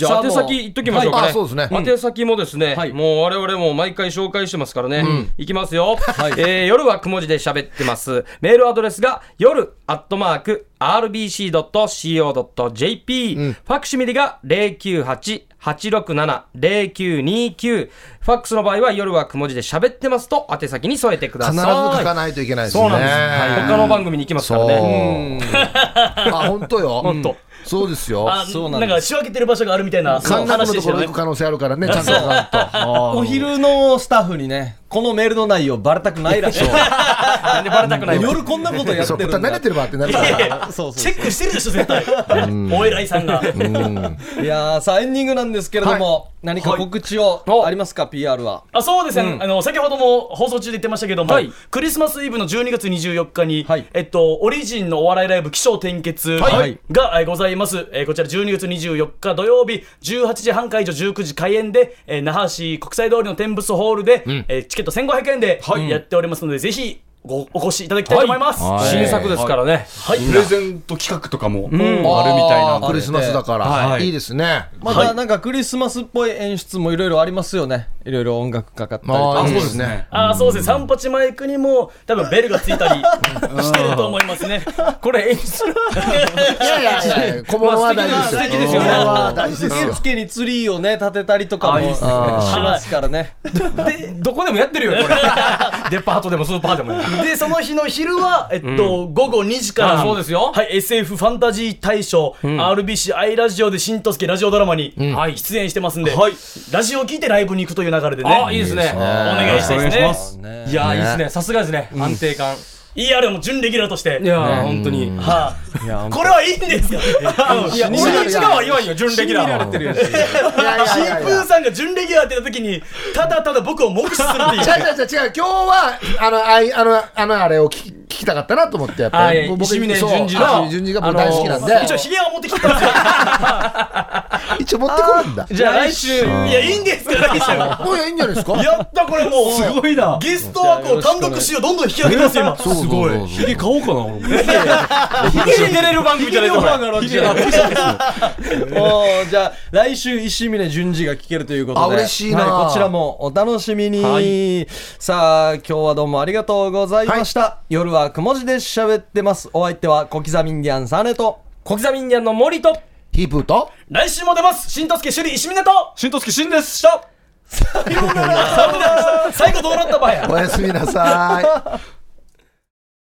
ゃあ、宛さもう先言っときましょうかはね。いあそうですねうん宛先もですね、はいもう我々も毎回紹介してますからね。いきますよ。えー夜はくも字で喋ってます。メールアドレスが、夜アットマーク、rbc.co.jp、ファクシミリが098-867-0929。ファックスの場合は夜はくも字で喋ってますと宛先に添えてくださ必い。ず書かないといけないですね。そうなんです、はい他の番組に行きますからね。そう。 あ、本当よ。本当。そうですよ。あそうななんんですか仕分けてる場所があるみたいな観覧の話とでしこたよろ行ねく可能性あるからね、ちゃんと書かんと。あお昼のスタッフにね、このメールの内容バレたくないらしい。 なんでバレたくないの夜こんなことやーってそう、るこんだ。た慣れてるわってなるから。 そうそうチェックしてるでしょ絶対お偉いさんが いやーさあエンディングなんですけれども、何か告知をありますか、PR は。あそうですね、あの先ほども放送中で言ってましたけども、はいクリスマスイブの12月24日に、はいえっと、オリジンのお笑いライブ「起承転結が」はいえーございます、えーこちら12月24日土曜日18時半会場19時開演で、えー那覇市国際通りの天仏ホールで、えーチケット1500円でやっておりますので、ぜひごお越しいただきたいと思います、はい新作ですからね。プレゼント企画とかもあるみたいあーなクリスマスだから、、はいいいですね。まはたいなんかクリスマスっぽい演出もいろいろありますよね。いろいろ音楽かかったりとあかーいいでそうですすねね。あーそうですね、三八マイクにも多分ベルがついたりしてると思いますね。これ演出いやいやいや、小物は大事ですよ。素敵ですよ小ね物は大事です受よ。付にツリーをね立てたりとかもあいいっしすねますからね。で、どこでもやってるよ、 これ。デパートでもスーパーでも。で、その日の昼は、えっと、午後2時から、あそうですよはい、SF ファンタジー大賞、RBC アイラジオで新とすけラジオドラマにはい出演してますんで、ラジオを聞いてライブに行くという流れでね。あ、いいですね。お願いしたいですね。ねいや、いいですね。さすがですね。安定感。 ER も準レギュラーとして。いやー、本当に。はいこれはいいんですよ。いや、俺の一は言わんよ、準レギュラーは。シープーさんが準レギュラーって言った時に、ただただ僕を目視するってい違う違う。う違う違う、今日は、あの、あいあの、あの、あれを聞き聞ききたかったなと思って、やっぱはり。い僕石峰そう淳二の石峰淳二が僕大好きなんで。一応ヒゲは持ってきてたんですよ一応持ってくるんだ。じゃあ来週いやいいんですから 大したよもういいんじゃないですかやったこれもうすごいなゲスト枠を単独使用どんどん引き上げてますよ今そうそうそうそう。ヒゲ買おうかな、俺も。出れる番組じゃないと思うヒゲ買ってきたんですよもうじゃあ来週石峰淳二が聞けるということであ嬉しいなはいこちらもお楽しみに、さあ今日はどうもありがとうございました、夜はくも字で喋ってますお相手は小刻みインディアンサネと小刻みインディアンの森とヒープーと来週も出ます新とすけ首里石湊としんとすけしんです。した最後どうなったばやおやすみなさい。